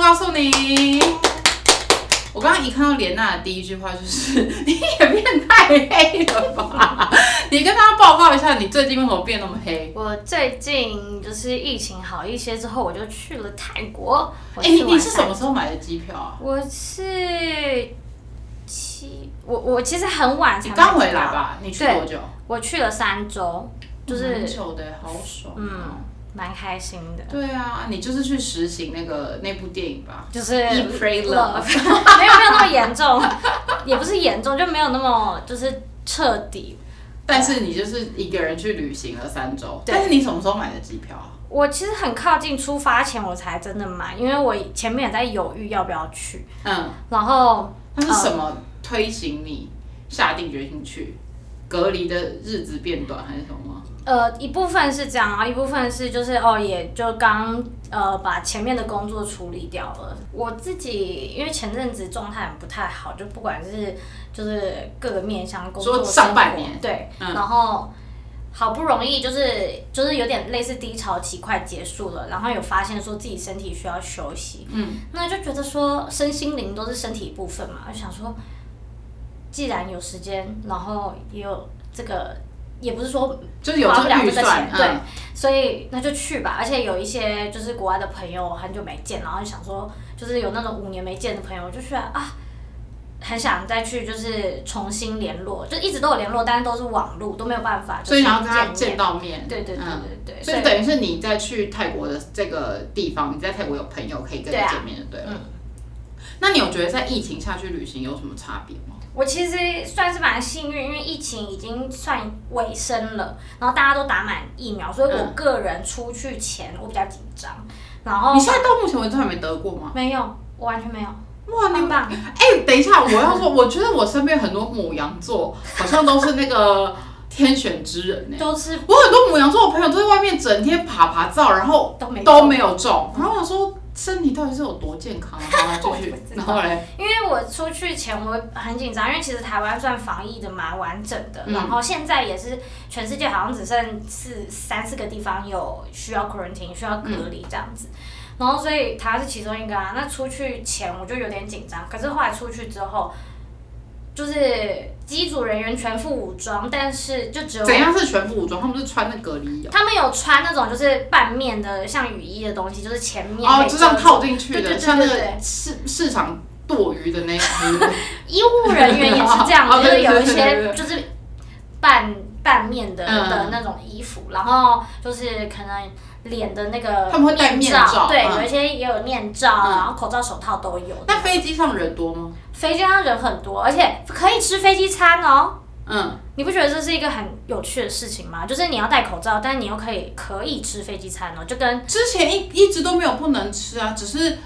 告诉你，我刚刚一看到莲娜的第一句话就是：“你也变太黑了吧？” 你跟大家报告一下，你最近为什么变那么黑？我最近就是疫情好一些之后，我就去了泰国。我哎、去你玩你是泰什么时候买的机票啊？我是七，我我其实很晚才你刚回买来到，吧？你去对多久？我去了三周，就很是久的，好爽。啊嗯，蛮开心的，对啊，你就是去实行那个那部电影吧？就是 Eat, pray, love 没有没有那么严重， 也不是严重，就没有那么就是彻底。 但是你就是一个人去旅行了三周，对但是你什么时候买的机票啊？我其实很靠近出发前我才真的买，因为我前面也在犹豫要不要去，嗯，然后它是什么推行你下定决心去？隔离的日子变短还是什么吗？呃，一部分是这样，啊然后一部分是就是哦，也就刚呃把前面的工作处理掉了。我自己因为前阵子状态很不太好，就不管是就是各个面向工作说上半年生活对，嗯然后好不容易就是就是有点类似低潮期快结束了，然后有发现说自己身体需要休息，嗯，那就觉得说身心灵都是身体一部分嘛，就想说既然有时间，然后也有这个。也不是说就是有这花不了个预这个算钱，嗯、对所以那就去吧。而且有一些就是国外的朋友很久没见，然后就想说，就是有那种五年没见的朋友，我就觉得啊，很想再去，就是重新联络，就一直都有联络，但是都是网络，都没有办法，所以想要跟他就是见见面。到面，对对对嗯对对，所以等于是你在去泰国的这个地方，你在泰国有朋友可以跟你对啊见面，对,、对了嗯那你有觉得在疫情下去旅行有什么差别吗？我其实算是蛮幸运，因为疫情已经算尾声了，然后大家都打满疫苗，所以我嗯个人出去前我比较紧张，然后你现在到目前为止都还没得过吗？没有，我完全没有，哇，你棒棒。哎、等一下，我要说，我觉得我身边很多母羊座好像都是那个天选之人呢、都是我很多母羊座的朋友都在外面整天爬爬照，然后都没都中没有中，然后我想说身体到底是有多健康啊？然后我继也续 不知，道然后嘞，因为我出去前我很紧张，因为其实台湾算防疫的蛮完整的，嗯然后现在也是全世界好像只剩四三四个地方有需要 quarantine 需要隔离这样子，然后所以台湾是其中一个啊。那出去前我就有点紧张，可是后来出去之后，就是机组人员全副武装，但是就只有怎样是全副武装？他们是穿那隔离衣哦他们有穿那种就是半面的像雨衣的东西，就是前面哦，可以就这样遮套进去对的，对对像那对个对市市场剁鱼的那一 只。医务人员也是这 样哦子，就是对对有对一对对些就是半半面的嗯的那种衣服，然后就是可能脸的那个他们会戴面罩对，嗯有一些也有面罩，嗯然后口罩、手套都有。那飞机上人多吗？飞机上人很多，而且可以吃飞机餐哦。嗯，你不觉得这是一个很有趣的事情吗？就是你要戴口罩，但你又可以可以吃飞机餐哦，就跟之前一一直都没有不能吃啊，只是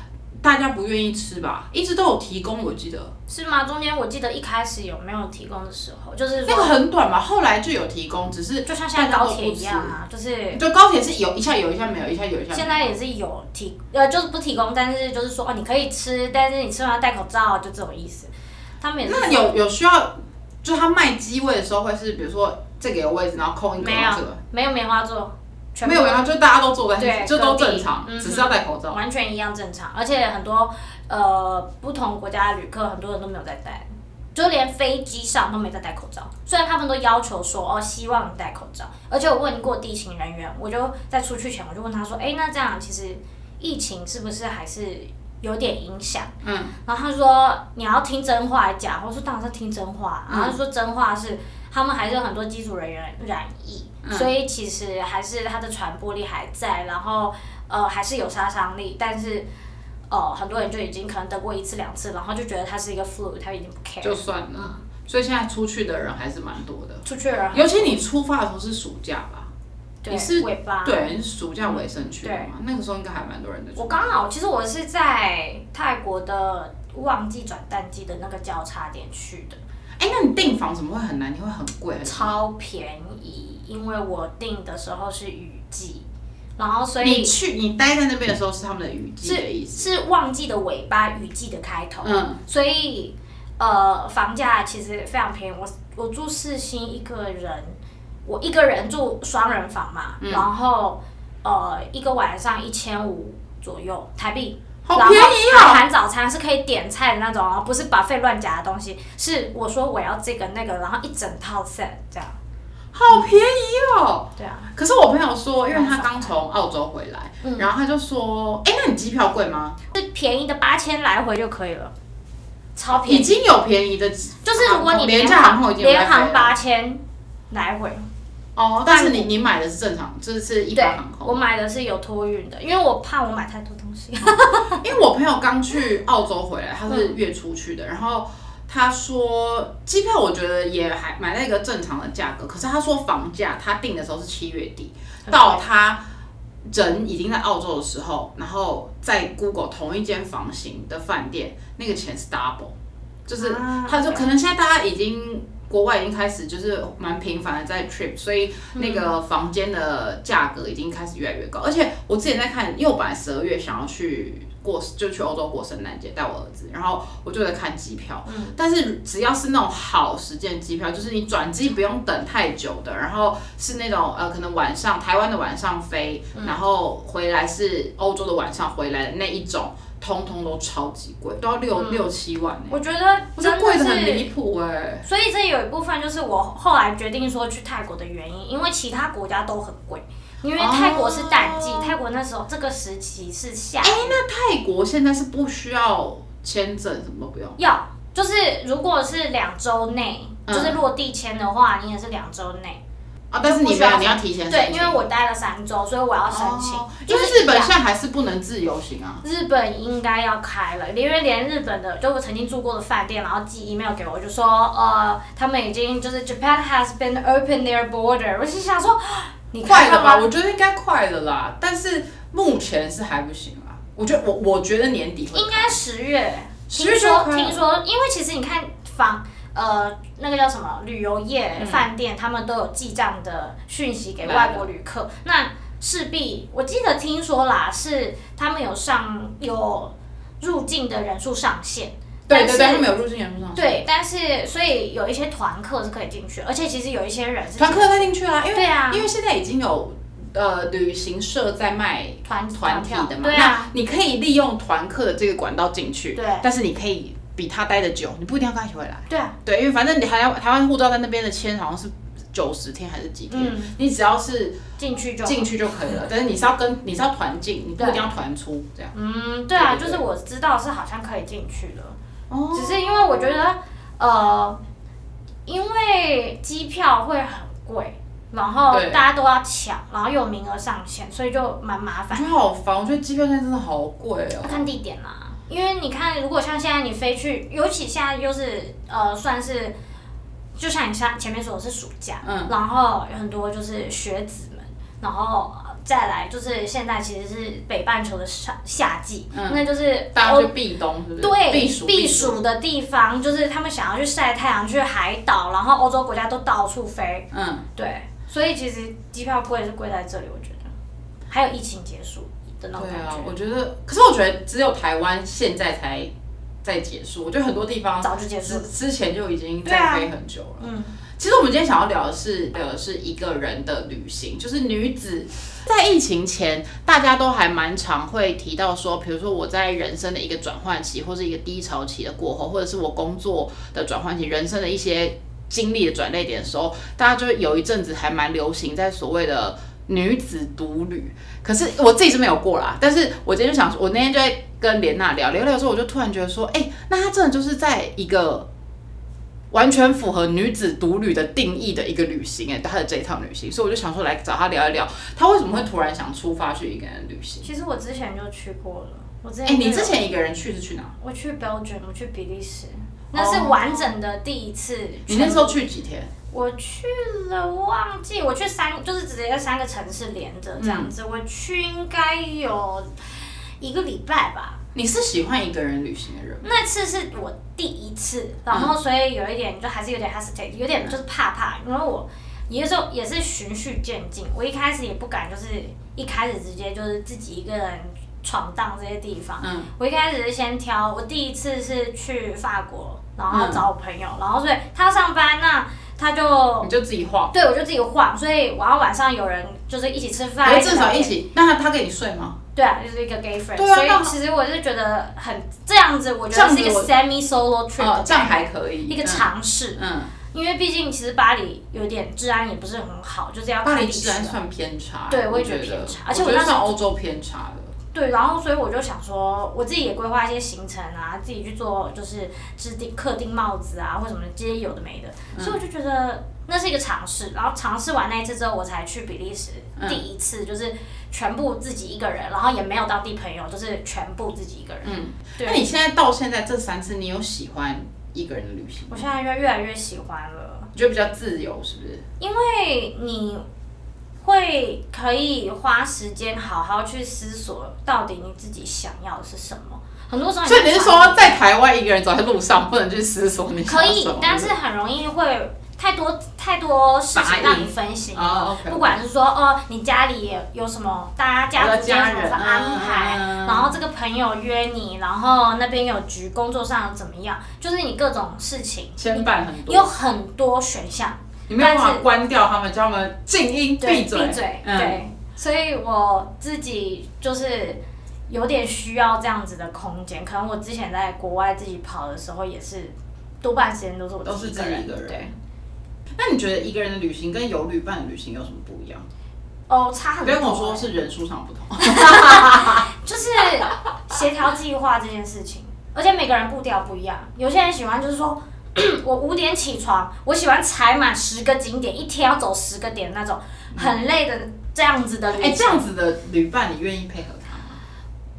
大家不愿意吃吧，一直都有提供，我记得是吗？中间我记得一开始有没有提供的时候，就是那个说，很短吧，后来就有提供，只是就像现在大家高都铁不一样啊，就是就高铁是有一下有一下没有，一下有一下没有。 现在也是有提，呃，就是不提供，但是就是说哦，你可以吃，但是你吃完要戴口罩，就这种意思。他们也是那有有需要，就他卖机位的时候会是，比如说这个有位置，然后空一个，没有啊然后这个没有棉花座，全部没有，然后就大家都坐在一对起，就都隔正壁常，嗯哼只是要戴口罩。完全一样正常，而且很多呃不同国家的旅客很多人都没有在戴，就连飞机上都没在戴口罩。虽然他们都要求说哦，希望你戴口罩，而且我问过地勤人员，我就在出去前我就问他说，哎，那这样其实疫情是不是还是有点影响？嗯，然后他说你要听真话还是假话，我说当然是听真话。嗯然后他说真话是他们还是有很多机组人员染疫，嗯所以其实还是它的传播力还在，然后呃还是有杀伤力，但是呃很多人就已经可能得过一次两次，然后就觉得它是一个 flu，他已经不 care 就算了。所以现在出去的人还是蛮多的，出去了。尤其你出发的时候是暑假吧？对你是尾巴。对，你是暑假尾声去的嘛，那个时候应该还蛮多人的。我刚好，其实我是在泰国的旺季转淡季的那个交叉点去的。哎，那你订房怎么会很难？你会很贵？很超便宜，因为我订的时候是雨季，然后所你以去你待在那边的时候是他们的雨季的意是思。是旺季的尾巴，雨季的开头，嗯，所以呃房价其实非常便宜。我我住四星一个人，我一个人住双人嗯房嘛，然后呃一个晚上一千五左右台币，好然后便宜韩哦！韩早餐是可以点菜的那种哦，不是把费乱夹的东西。是我说我要这个那个，然后一整套 set 这样。好便宜哦！对啊，可是我朋友说，因为他刚从澳洲回来，嗯然后他就说，哎、那你机票贵吗？是便宜的八千来回就可以了，超便已宜。经有便宜的，就是如果你廉联价航航空已经有在联飞航了八千来回，哦，但是你你买的是正常，这是一对般航，我空。买的是有托运的，因为我怕我买太多东西。哦因为我朋友刚去澳洲回来，他嗯是月初去的，然后他说机票我觉得也还买在一个正常的价格，可是他说房价他订的时候是七月底，嗯到他人已经在澳洲的时候，然后在 Google 同一间房型的饭店，那个钱是 double，就是啊他就 OK 可能现在大家已经。国外已经开始就是蛮频繁的在 trip，所以那个房间的价格已经开始越来越高。而且我之前在看，因为我本来十二月想要去过，就去欧洲过圣诞节带我儿子，然后我就在看机票。但是只要是那种好时间机票，就是你转机不用等太久的，然后是那种呃，可能晚上台湾的晚上飞，然后回来是欧洲的晚上回来的那一种，通通都超级贵，都要六、六七万呢、 我觉得我觉得真贵的的很是，离谱哎。所以这有一部分就是我后来决定说去泰国的原因，因为其他国家都很贵，因为哦泰国是淡季，泰国那时候这个时期是夏天。那泰国现在是不需要签证，什么都不用。要，就是如果是两周内，嗯就是落地签的话，你也是两周内。啊，但是你就不需没要有，你要提前申对，请因为我待了三周，所以我要申请。哦，因就为是日本一现样在还是不能自由行啊。日本应该要开了，因为连日本的，就我曾经住过的饭店，然后寄 email 给我，就说呃，他们已经就是 Japan has been open their border，我就想说， 你快看了了吧？吗？我觉得应该快了啦，但是目前是还不行啦。我觉得我我觉得年底会应该十月，十月听就要说开了听说，因为其实你看房。呃，那个叫什么旅游嗯业、饭店，他们都有记账的讯息给外国旅客。那势必，我记得听说啦，是他们有上有入境的人数上限。对但对是对，他们有入境人数上限，对，但是所以有一些团客是可以进去，而且其实有一些人是团客带进去啦，因为对啊，因为现在已经有呃旅行社在卖团团体票的嘛，对那啊，你可以利用团客的这个管道进去，对但是你可以比他待的久，你不一定要跟他一起回来，对啊，对，因为反正你台湾台湾护照在那边的签好像是九十天还是几天，嗯，你只要是进去就好进去就可以了，但是你是要跟你是要团进，你不一定要团出这样，嗯，对啊，对对对就是我知道是好像可以进去的，哦只是因为我觉得呃，因为机票会很贵。然后对大家都要抢，然后又有名额上限，所以就蛮麻我烦觉。得好烦，我觉得机票现在真的好贵哦。看地点啦、因为你看，如果像现在你飞去，尤其现在又是呃，算是就像你像前面说的是暑假，嗯然后有很多就是学子们，然后呃再来就是现在其实是北半球的夏夏季，嗯那就是大家欧去避冬是不是？对避暑避暑的地方，就是他们想要去晒太阳，去海岛，然后欧洲国家都到处飞，嗯，对，所以其实机票贵是贵在这里，我觉得，还有疫情结束的那种对感啊，觉，我觉得，可是我觉得只有台湾现在才在结束，我觉得很多地方早就结束之了，之前就已经对啊在飞很久了。嗯。其实我们今天想要聊的是，聊的是一个人的旅行，就是女子在疫情前，大家都还蛮常会提到说，比如说我在人生的一个转换期，或是一个低潮期的过后，或者是我工作的转换期，人生的一些经历的转捩点的时候，大家就有一阵子还蛮流行在所谓的。女子独旅，可是我自己是没有过啦。但是我今天就想说，我那天就在跟莲娜聊聊聊的时候，我就突然觉得说，哎、那她真的就是在一个完全符合女子独旅的定义的一个旅行、哎，她的这一趟旅行，所以我就想说来找她聊一聊，她为什么会突然想出发去一个人旅行？其实我之前就去过了，我之前哎、就有、你之前一个人去是去哪？我去 Belgium，我去比利时，那是完整的第一次全部。哦你那时候去几天？我去了，忘记我去三，就是直接三个城市连着这样子。嗯我去应该有一个礼拜吧。你是喜欢一个人旅行的人吗？那次是我第一次，然后所以有一点就还是有点 hesitate，有点就是怕怕，因为我。也是也是循序渐进，我一开始也不敢，就是一开始直接就是自己一个人闯荡这些地方，嗯，我一开始是先挑，我第一次是去法国，然后找我朋友，然后所以他上班，那他就嗯你就自己晃，对我就自己晃，所以我要晚上有人就是一起吃饭，可是至少哎一起。起。那他他跟你睡吗？对啊，就是一个 gay friend，、对啊所以那其实我是觉得很这样子，我觉得是一个这样 semi solo trip，、哦，这样还可以。一个嗯，尝试，嗯，因为毕竟其实巴黎有点治安也不是很好，就是要巴看黎地治区安了算偏差，对我我也觉得偏差而且我我觉那得时算候欧洲偏差的。对，然后所以我就想说，我自己也规划一些行程啊，自己去做就是制定客定帽子啊，或什么这些有的没的，嗯所以我就觉得那是一个尝试。然后尝试完那一次之后，我才去比利时、嗯第一次，就是全部自己一个人，然后也没有当地朋友，就是全部自己一个人。嗯，对那你现在到现在这三次，你有喜欢一个人的旅行吗？我现在越越来越喜欢了。你觉得比较自由是不是？因为你会可以花时间好好去思索，到底你自己想要的是什么。很多时候所以你是在说在台湾一个人走在路上不能去思索你想可以什么，但是很容易会太多太多事杂情音让你分心了。哦，OK，不管是说哦，你家里有什么，大家家族间有什么安排，嗯嗯嗯嗯然后这个朋友约你，然后那边有局，工作上怎么样，就是你各种事情，牵绊很你有多，很多选项。你没有办但法是关掉他们，叫他们静音对，闭闭嘴，嗯，对，所以我自己就是有点需要这样子的空间。可能我之前在国外自己跑的时候，也是多半时间都是我都是一自个己人。一个对，人。那你觉得一个人的旅行跟有旅伴的旅行有什么不一样？哦，差不很多、要跟我说是人数上不同，就是协调计划这件事情，而且每个人步调不一样。有些人喜欢就是说，嗯我五点起床，我喜欢踩满十个景点，一天要走十个点那种，很累的这样子的旅程。嗯哎，这样子的旅伴你愿意配合他吗？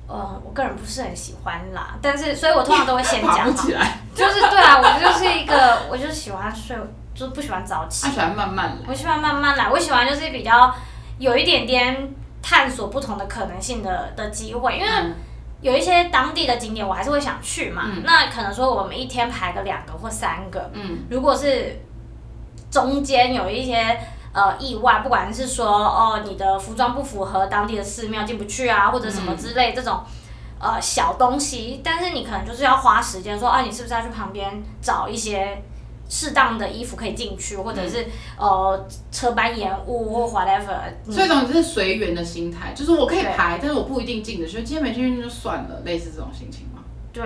呃，我个人不是很喜欢啦，但是所以我通常都会 先爬讲不好起。来，就是对啊，我就是一个， 我就喜欢睡，就是不喜欢早起他。喜欢慢慢来。我喜欢慢慢来，我喜欢就是比较有一点点探索不同的可能性的的机会，因为嗯有一些当地的景点我还是会想去嘛。那可能说我们一天排个两个或三个，嗯，如果是中间有一些呃意外，不管是说哦你的服装不符合当地的寺庙进不去啊，或者什么之类这种。呃，小东西，但是你可能就是要花时间说啊，你是不是要去旁边找一些适当的衣服可以进去，或者是、呃车班延误或 whatever，你所以总之是随缘的心态，就是我可以嗯对排，但是我不一定进得去，今天没进去就算了，类似这种心情吗？对，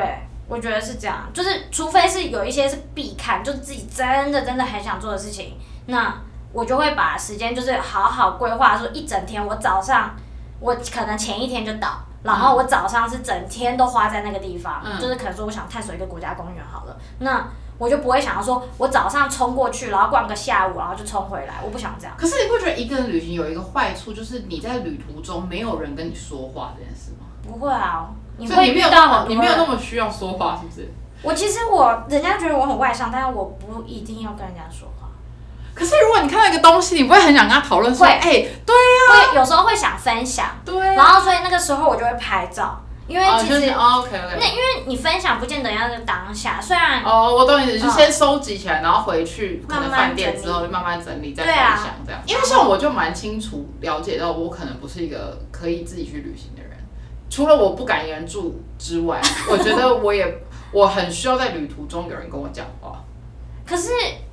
我觉得是这样，就是除非是有一些是必看，就是自己真的真的很想做的事情，那我就会把时间就是好好规划，说一整天，我早上我可能前一天就到。然后我早上是整天都花在那个地方，嗯就是可能说我想探索一个国家公园好了，那我就不会想要说我早上冲过去，然后逛个下午，然后就冲回来，我不想这样。可是你不觉得一个人旅行有一个坏处，就是你在旅途中没有人跟你说话这件事吗？不会啊，你所以会你没遇有到那么很你多没有那人。么需要说话，是不是？我其实我人家觉得我很外向，但是我不一定要跟人家说话。可是如果你看到一个东西，你不会很想跟他讨论说，会哎、对呀、会有时候会想分享，对然呀、后所以那个时候我就会拍照，因为哦，其就是实、哦，OK OK，那因为你分享不见得要在当下，虽然、哦，我懂你的意思，就嗯先收集起来，然后回去可慢慢能饭店之后就慢慢整理，再对啊分享这样。因为像我就蛮清楚了解到，我可能不是一个可以自己去旅行的人，除了我不敢一个人住之外，我觉得我也 我很需要在旅途中有人跟我讲话。可是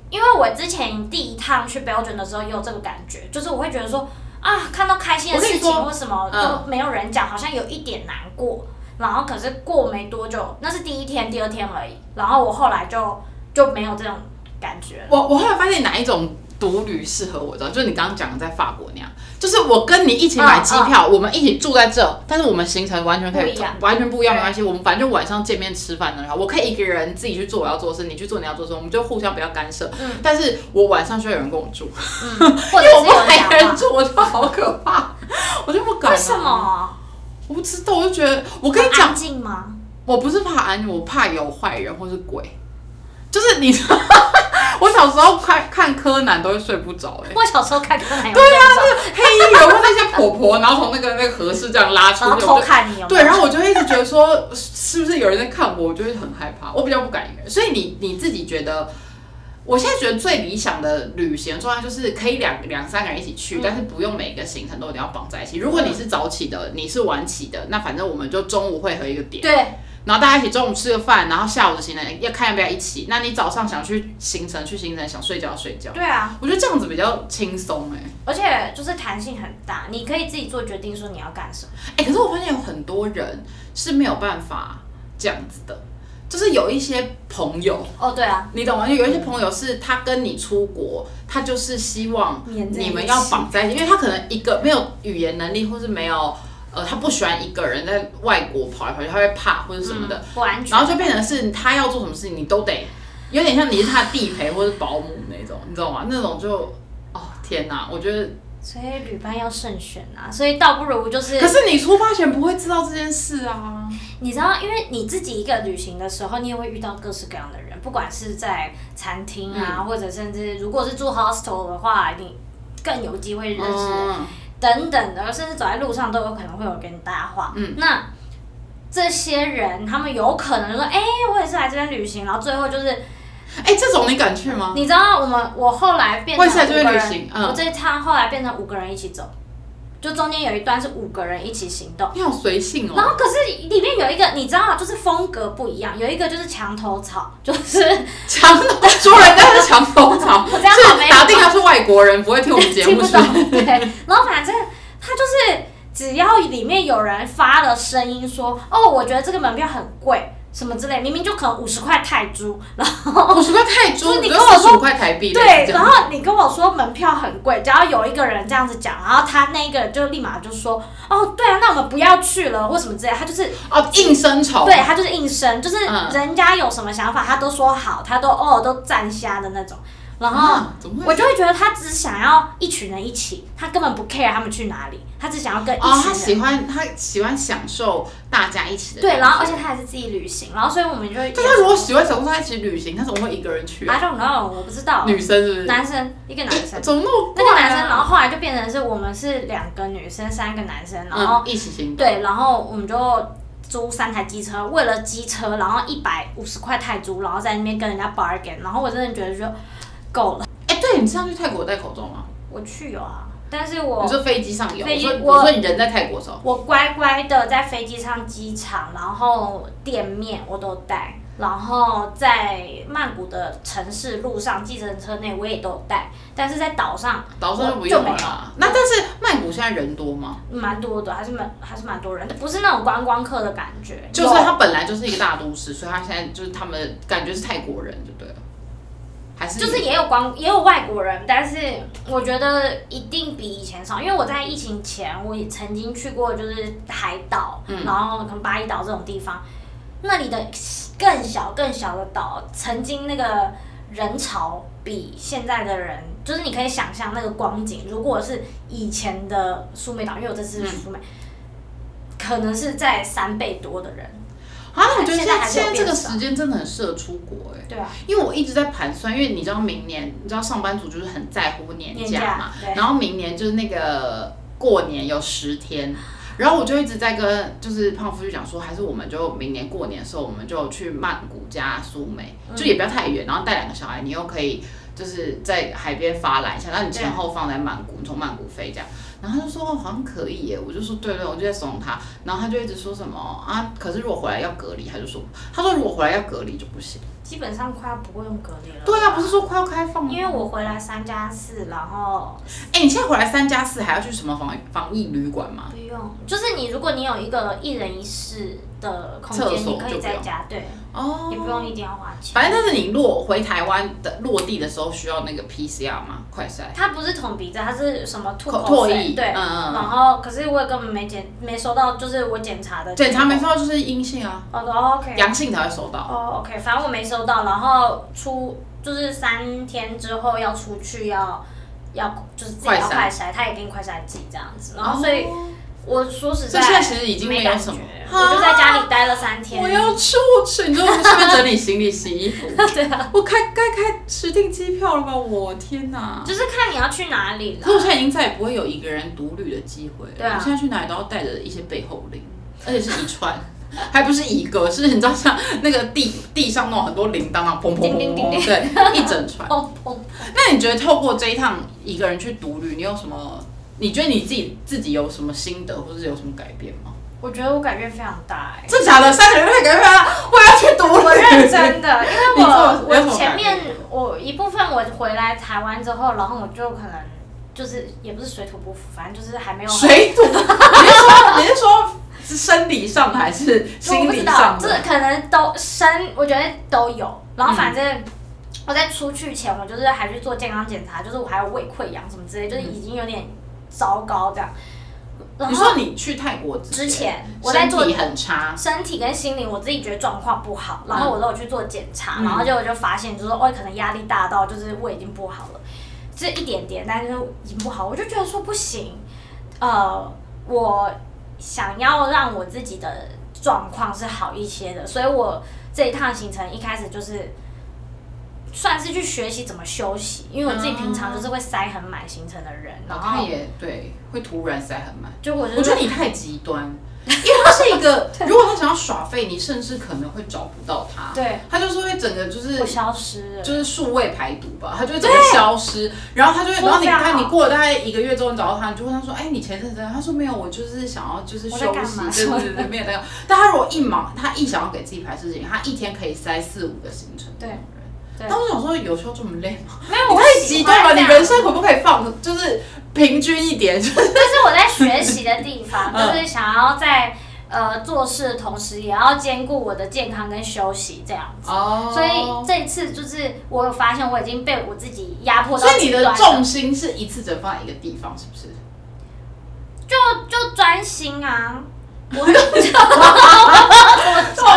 因为我之前第一趟去 Belgium 的时候也有这个感觉，就是我会觉得说啊，看到开心的我跟你事情说或什么嗯都没有人讲，好像有一点难过。然后可是过没多久，那是第一天、第二天而已。然后我后来就就没有这种感觉了。我我后来发现哪一种独旅适合我，知道，就是你刚刚讲的在法国那样，就是我跟你一起买机票，我们一起住在这，但是我们行程完全可以嗯不一样完全不一样，没关系，我们反正就晚上见面吃饭的话，我可以一个人自己去做我要做的事，你去做你要做的事，我们就互相不要干涉。嗯但是我晚上需要有人跟我住，或因为我者是不有敢人一个人讲住，我觉得好可怕，我就不话，敢、为什？么？我不知道，我就觉得我跟你讲安，静吗？我不是怕安，我怕有坏人或是鬼，就是你。 我小时候看看柯南都会睡不着、欸，我小时候看柯南有对啊，黑衣人或那些婆婆，然后从那个那个合适这样拉出然后去，偷我就看你有没有对，然后我就会一直觉得说，是不是有人在看我？我就会很害怕，我比较不敢一个人。所以你你自己觉得，我现在觉得最理想的旅行状态就是可以两两三个人一起去，嗯但是不用每个行程都一定要绑在一起。如果你是早起的，你是晚起的，那反正我们就中午会合一个点。对，啊然后大家一起中午吃个饭，然后下午的行程要看要不要一起。那你早上想去行程去行程，想睡觉睡觉。对啊，我觉得这样子比较轻松哎、而且就是弹性很大，你可以自己做决定，说你要干什么。哎、可是我发现有很多人是没有办法这样子的，就是有一些朋友，哦，对啊，你懂吗？因为有一些朋友是他跟你出国，他就是希望黏在一起你们要绑在一起，因为他可能一个没有语言能力，或是没有呃，他不喜欢一个人在外国跑来跑去，他会怕或者什么的，不安全然。后就变成是他要做什么事情你都得，有点像你是他的地陪或者保姆那种，你知道吗？那种就哦天哪，我觉得，所以旅伴要慎选啊，所以倒不如就是可是你出发前不会知道这件事啊。你知道，因为你自己一个旅行的时候，你也会遇到各式各样的人，不管是在餐厅啊，或者甚至如果是住 hostel 的话，你更有机会认识人嗯等等的，甚至走在路上都有可能会有跟你搭话。嗯，那这些人他们有可能说，哎、我也是来这边旅行，然后最后就是哎、这种你敢去吗？你知道我们我后来变我成也是来这边五个人旅行嗯我这一趟后来变成五个人一起走，就中间有一段是五个人一起行动。你好随性然哦。后可是里面有一个你知道，就是风格不一样，有一个就是墙头草，就是墙头说人家是墙头草，我 这样好没是打定他是外国人，不会听我们节 听目不是懂吗？。对，然后反正他就是只要里面有人发了声音说，哦，我觉得这个门票很贵，什么之类，明明就可能五十块泰铢，然后。五十块泰铢，就是你就跟我四说十块台币，类对，似这然样后你跟我说门票很贵，只要有一个人这样子讲，然后他那一个人就立马就说，哦，对啊，那我们不要去了，或什么之类，他就是哦，应声丑，对他就是应声，就是嗯人家有什么想法，他都说好，他都哦都站瞎的那种。然后啊，怎么我会？就会觉得他只想要一群人一起，他根本不 care 他们去哪里，他只想要跟一哦，他群喜人。欢他喜欢享受大家一起的感觉，对，然后而且他还是自己旅行，然后所以我们就会。但他如果喜欢享受在一起旅行，他怎么会一个人去啊？ I don't know，我不知道。女生是不是？男生一个男生，怎么那么那个怪啊男生，然后后来就变成是我们是两个女生，三个男生，然后嗯一起行动，对，然后我们就租三台机车，为了机车，然后一百五十块泰铢，然后在那边跟人家 bargain，然后我真的觉得说够了。哎，对你上次去泰国戴口罩吗？我去有啊，但是你我说飞机上有，飞我机说我我说你人在泰国的时候，我乖乖的在飞机上、机场，然后店面我都带，然后在曼谷的城市路上、计程车内我也都带，但是在岛上岛上就我不用没了有。啦。那但是曼谷现在人多吗？蛮多的，还是蛮还是蛮多人的，不是那种观光客的感觉，就是有他本来就是一个大都市，所以他现在就是他们感觉是泰国人就对了，还是就是也有光也有外国人，但是我觉得一定比以前少，因为我在疫情前我也曾经去过就是海岛，嗯然后可能巴厘岛这种地方，那里的更小更小的岛，曾经那个人潮比现在的人，就是你可以想象那个光景，如果是以前的苏梅岛，因为我这次去嗯苏梅，可能是在三倍多的人，啊，我觉得现现在在还是有现在这个变少时间真的很适合出国哎、对啊，因为我一直在盘算，因为你知道明年，你知道上班族就是很在乎年年假假嘛，对然后明年就是那个过年有十天，然后我就一直在跟就是胖夫去讲说，还是我们就明年过年的时候，我们就去曼谷加苏梅，就也不要太远，然后带两个小孩，你又可以就是在海边发懒一下，那你前后放在曼谷，你从曼谷飞这样。然后他就说、哦、好像可以耶，我就说对对，我就在怂恿他，然后他就一直说什么啊，可是如果回来要隔离，他就说他说如果回来要隔离就不行。基本上快要不会用隔离了。对啊，不是说快要开放吗？因为我回来三加四，然后哎、你现在回来三加四还要去什么防防疫旅馆吗？不用，就是你如果你有一个一人一室的空厕间，所你可就以不在用家，对，哦也不用一定要花钱。反正但是你落回台湾的落地的时候需要那个 PCR 吗？快筛？它不是捅鼻子，它是什么吐口口唾液水，对，嗯嗯嗯然后可是我也根本没检没收到，就是我检查的检查没结收到就是阴性啊，果哦，OK，阳性才会收到。哦，OK，反正我没收到，然后出就是三天之后要出去要要就是自己要快快筛，他也给你快筛剂这样子，然后所以哦我说实所在，以现在其实已经没没有感什觉么，我就在家里待了三天，我要出去，你知道我顺便整理行李、洗衣 服。对啊，我开该开实订机票了吧？我天哪！就是看你要去哪里可是我了。现在已经再也不会有一个人独旅的机会了。对啊我现在去哪里都要带着一些背后铃，而且是一串， 还不是一个，是你知道像那个地地上那种很多铃铛啊，砰砰砰叮砰叮叮砰，叮对，一整串。砰砰！那你觉得透过这一趟一个人去独旅，你有什么？你觉得你自己自己有什么心得，或者有什么改变吗？我觉得我改变非常大哎、真假的三个月太改变了，我要去读了。我认 真的，因为你做我有什我么改前变面我一部分我回来台湾之后，然后我就可能就是也不是水土不服，反正就是还没有很水土，你是说你是说是生理上的还是我心不理知道，上这的？可能都生，我觉得都有。然后嗯反正我在出去前，我就是还去做健康检查，就是我还有胃溃疡什么之类，就是已经有点糟糕这样。然你后说你去泰国之前我在身做体很差，身体跟心理，我自己觉得状况不好，然后嗯我都有去做检查，嗯然后结果就发现就是哦，可能压力大到就是胃已经不好了，这一点点，但是已经不好，我就觉得说不行，呃，我想要让我自己的状况是好一些的，所以我这一趟行程一开始就是。算是去学习怎么休息，因为我自己平常就是会塞很满行程的人，然然后后也对，会突然塞很满。就我就是我觉得你太极端，因为他是一个，如果他想要耍废，你甚至可能会找不到他。对，他就是会整个就是我消失了，就是数位排毒吧，它就会整个消失，然后它就会，说然得后你非常好看你过了大概一个月之后，你找到他，你就问他说，哎，你前阵子，他说没有，我就是想要就是休我息，在干嘛对对对对，没有那个。但他如果一忙，他一想要给自己排事情，他一天可以塞四五个行程。对对但我想说，有时候这么累吗？没有你我太喜极欢端了，这你样人生可不可以放就是平均一点？ 就是这是我在学习的地方，嗯就是想要在呃做事的同时，也要兼顾我的健康跟休息这样子。哦所以这一次就是我有发现，我已经被我自己压迫到所以你极的端了重心是一次只能放在一个地方，是不是？就就专心啊，我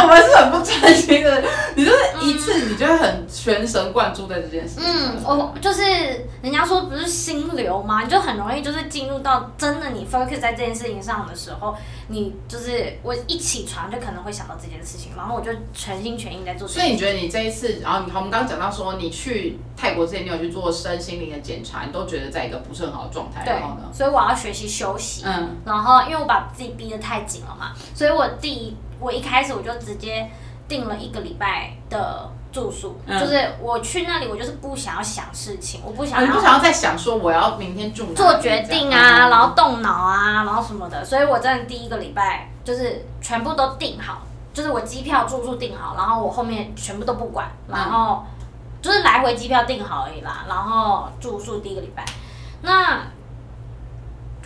我们是很不专心的，你就是一次，你就会很全神贯注在这件事情上。嗯，我就是嗯人家说不是心流吗？你就很容易就是进入到真的你 focus 在这件事情上的时候，你就是我一起床就可能会想到这件事情，然后我就全心全意在做这所件以事你觉得你这一次，然后你好，我们刚刚讲到说，你去泰国之前，你有去做身心灵的检查，你都觉得在一个不是很好的状态，对然后呢，，所以我要学习休息。嗯，然后因为我把自己逼得太紧了嘛，所以我第一我一开始我就直接订了一个礼拜的住宿，嗯就是我去那里我就是不想要想事情，我不啊想你要不想要再想说我要明天住哪里做决定这啊，样然后动脑啊，然后什么的，所以我真的第一个礼拜就是全部都订好，就是我机票住宿订好，然后我后面全部都不管，然后就是来回机票订好而已啦，然后住宿第一个礼拜，那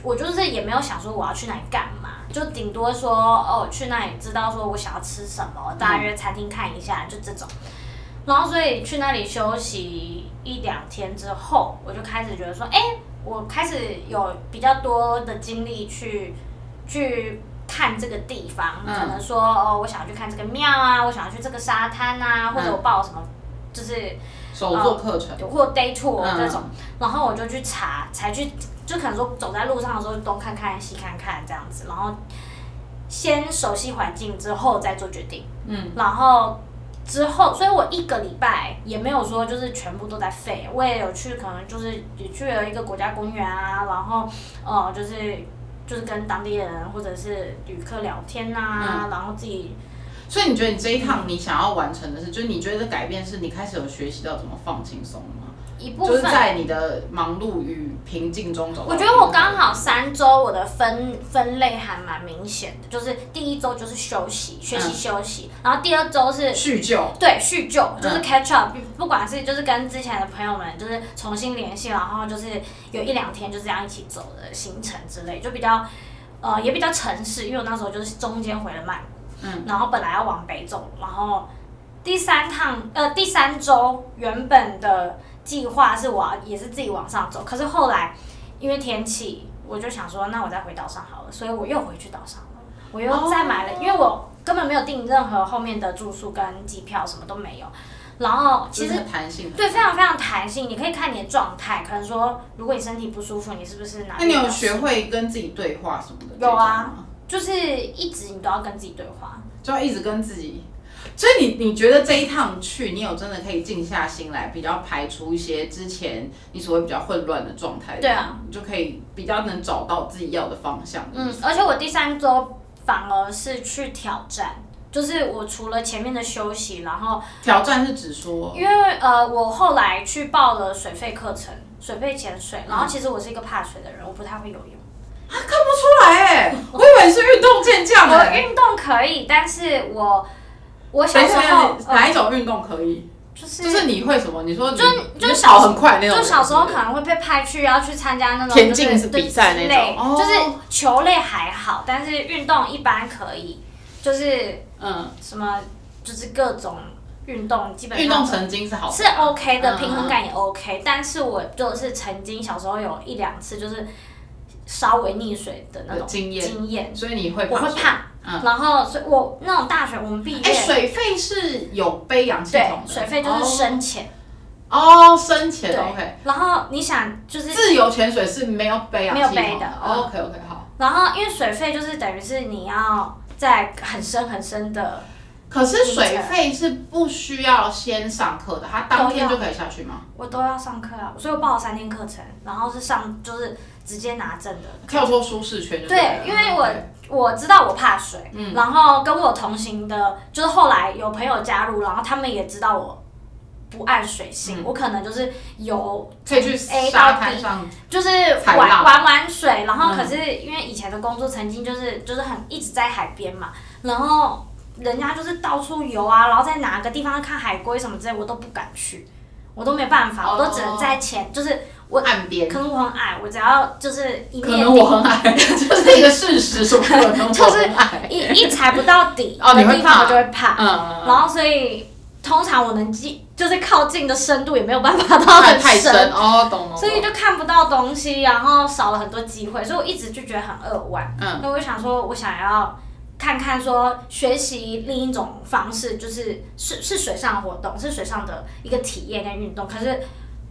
我就是也没有想说我要去哪里干嘛，就顶多说哦去那里知道说我想要吃什么，大约餐厅看一下，就这种。然后所以去那里休息一两天之后，我就开始觉得说，哎，我开始有比较多的精力去去看这个地方，嗯可能说哦，我想要去看这个庙啊，我想要去这个沙滩啊，或者我报什么，就是手做课程，或 day tour 嗯这种，然后我就去查，才去就可能说走在路上的时候就东看看西看看这样子，然后先熟悉环境之后再做决定，嗯，然后之后，所以我一个礼拜也没有说就是全部都在废，我也有去可能就是也去了一个国家公园啊，然后呃就是就是跟当地人或者是旅客聊天啊，嗯然后自己所以你觉得你这一趟你想要完成的是，就是你觉得改变是你开始有学习到怎么放轻松吗？一部就分是在你的忙碌与平静中找到我平觉衡。得我刚好三周我的分分类还蛮明显的，就是第一周就是休息，学习休息，然后第二周是叙旧，对叙旧，嗯就是 catch up，、不管是就是跟之前的朋友们就是重新联系，然后就是有一两天就这样一起走的行程之类，就比较呃也比较城市，因为我那时候就是中间回了曼谷，嗯，然后本来要往北走，然后第三趟呃第三周原本的计划是我要也是自己往上走，可是后来因为天气，我就想说那我再回岛上好了，所以我又回去岛上了，哦我又再买了，因为我根本没有订任何后面的住宿跟机票，什么都没有。然后其就实是很弹性。对，非常非常弹性，你可以看你的状态，可能说如果你身体不舒服，你是不是哪？那你有学？会跟自己对话什么的？有啊，就是一直你都要跟自己对话，就要一直跟自己。所以你你觉得这一趟去，你有真的可以静下心来，比较排除一些之前你所谓比较混乱的状态，对啊，你就可以比较能找到自己要的方向。嗯，而且我第三周反而是去挑战，就是我除了前面的休息，然后挑战是指说，因为呃，我后来去报了水肺课程，水嗯肺潜水，然后其实我是一个怕水的人，我不太会游泳。看不出来哎、我以为也是运动健将我哎、运动可以，但是我我小等一时下，候你哪呃一种运动可以？就是就是你会什么？你说你就你小跑很快那种就人，小时候是可不是能会被派去要去参加那种田径就是对比赛那之类种哦就是球类还好，但是运动一般可以，就是嗯，什么就是各种运动基本上运动神经是好的是 OK 嗯的，平衡感也 OK，、但是我就是曾经小时候有一两次就是稍微溺水的那有种经验经验，所以你会我怕会水。怕，嗯然后所以我那种大学我们毕业。哎、水费是有背氧系对统，的，水费就是哦深潜，哦，深潜对 OK。然后你想就是自由潜水是没有背氧系统没有背的嗯 OK OK 好。然后因为水费就是等于是你要在很深很深的，可是水费是不需要先上课的，他当天就可以下去吗？我都要上课啊，所以我报了三天课程，然后是上就是直接拿证的。跳脱舒适圈就对了，因为我 OK 我知道我怕水，嗯然后跟我同行的，就是后来有朋友加入，然后他们也知道我不爱水嗯性，我可能就是游，可以去哎沙滩上，就是踩玩浪玩玩水，然后嗯可是因为以前的工作曾经就是就是很一直在海边嘛，然后人家就是到处游啊，然后在哪个地方看海龟什么之类，我都不敢去，我都没办法，哦我都只能在前，就是我岸边。可能我很矮，我只要就是一可面能我很 矮，就是一个事实，说可能 我很矮。一一踩不到底 哦的你会地方，怕我就会怕。嗯，然后所以通常我能进，就是靠近的深度也没有办法到太很太深，深哦，懂了。所以就看不到东西，然后少了很多机会，所以我一直就觉得很扼腕。嗯，那我就想说，我想要看看说学习另一种方式，就是是是水上活动，是水上的一个体验跟运动，可是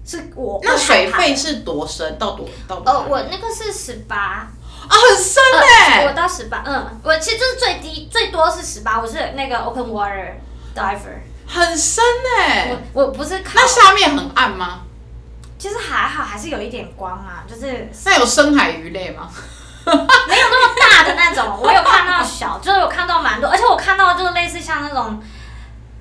是我那水会害费是多深？到多到多怕呃，深我那个是十八，啊，很深我哎，到十八，嗯，我其实就是最低最多是十八，我是那个 open water diver，很深哎。我我不是靠那，下面很暗吗？其实还好，还是有一点光啊，就是那有深海鱼类吗？没有那么大的那种，我有看 到小，就是有看到蛮多，而且我看到就是类似像那种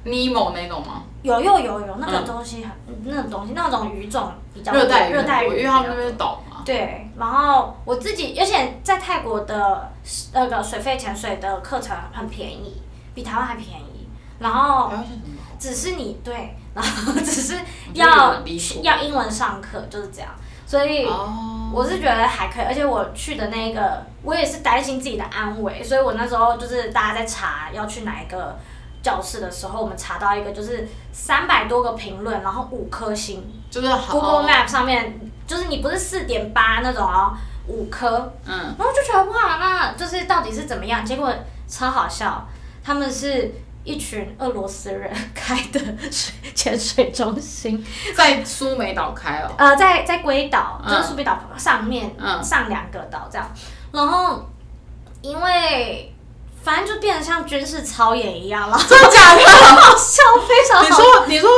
尼莫那种吗？有又有有那个嗯东西很、那种东西那种鱼种比较多热带鱼很多，热带鱼比较多，因为他们那边是岛嘛。对，然后我自己，而且在泰国的那个水肺潜水的课程很便宜，比台湾还便宜，然后台湾现在怎么搞只啊是你对，然后只是我觉得有要点离谱要英文上课就是这样，所以哦，我是觉得还可以，而且我去的那个我也是担心自己的安危，所以我那时候就是大家在查要去哪一个教室的时候，我们查到一个就是三百多个评论，然后五颗星就是好，Google Map 上面就是你不是四点八那种哦，五颗，嗯，然后就觉得哇，那就是到底是怎么样？结果超好笑，他们是一群俄罗斯人开的水潜水中心，在苏梅岛开 哦，呃，在在龟岛，嗯就是苏梅岛上面、嗯上两个岛这样，然后因为。反正就变得像军事操演一样了，真的假的？ 好笑，非 常你好。说，你说，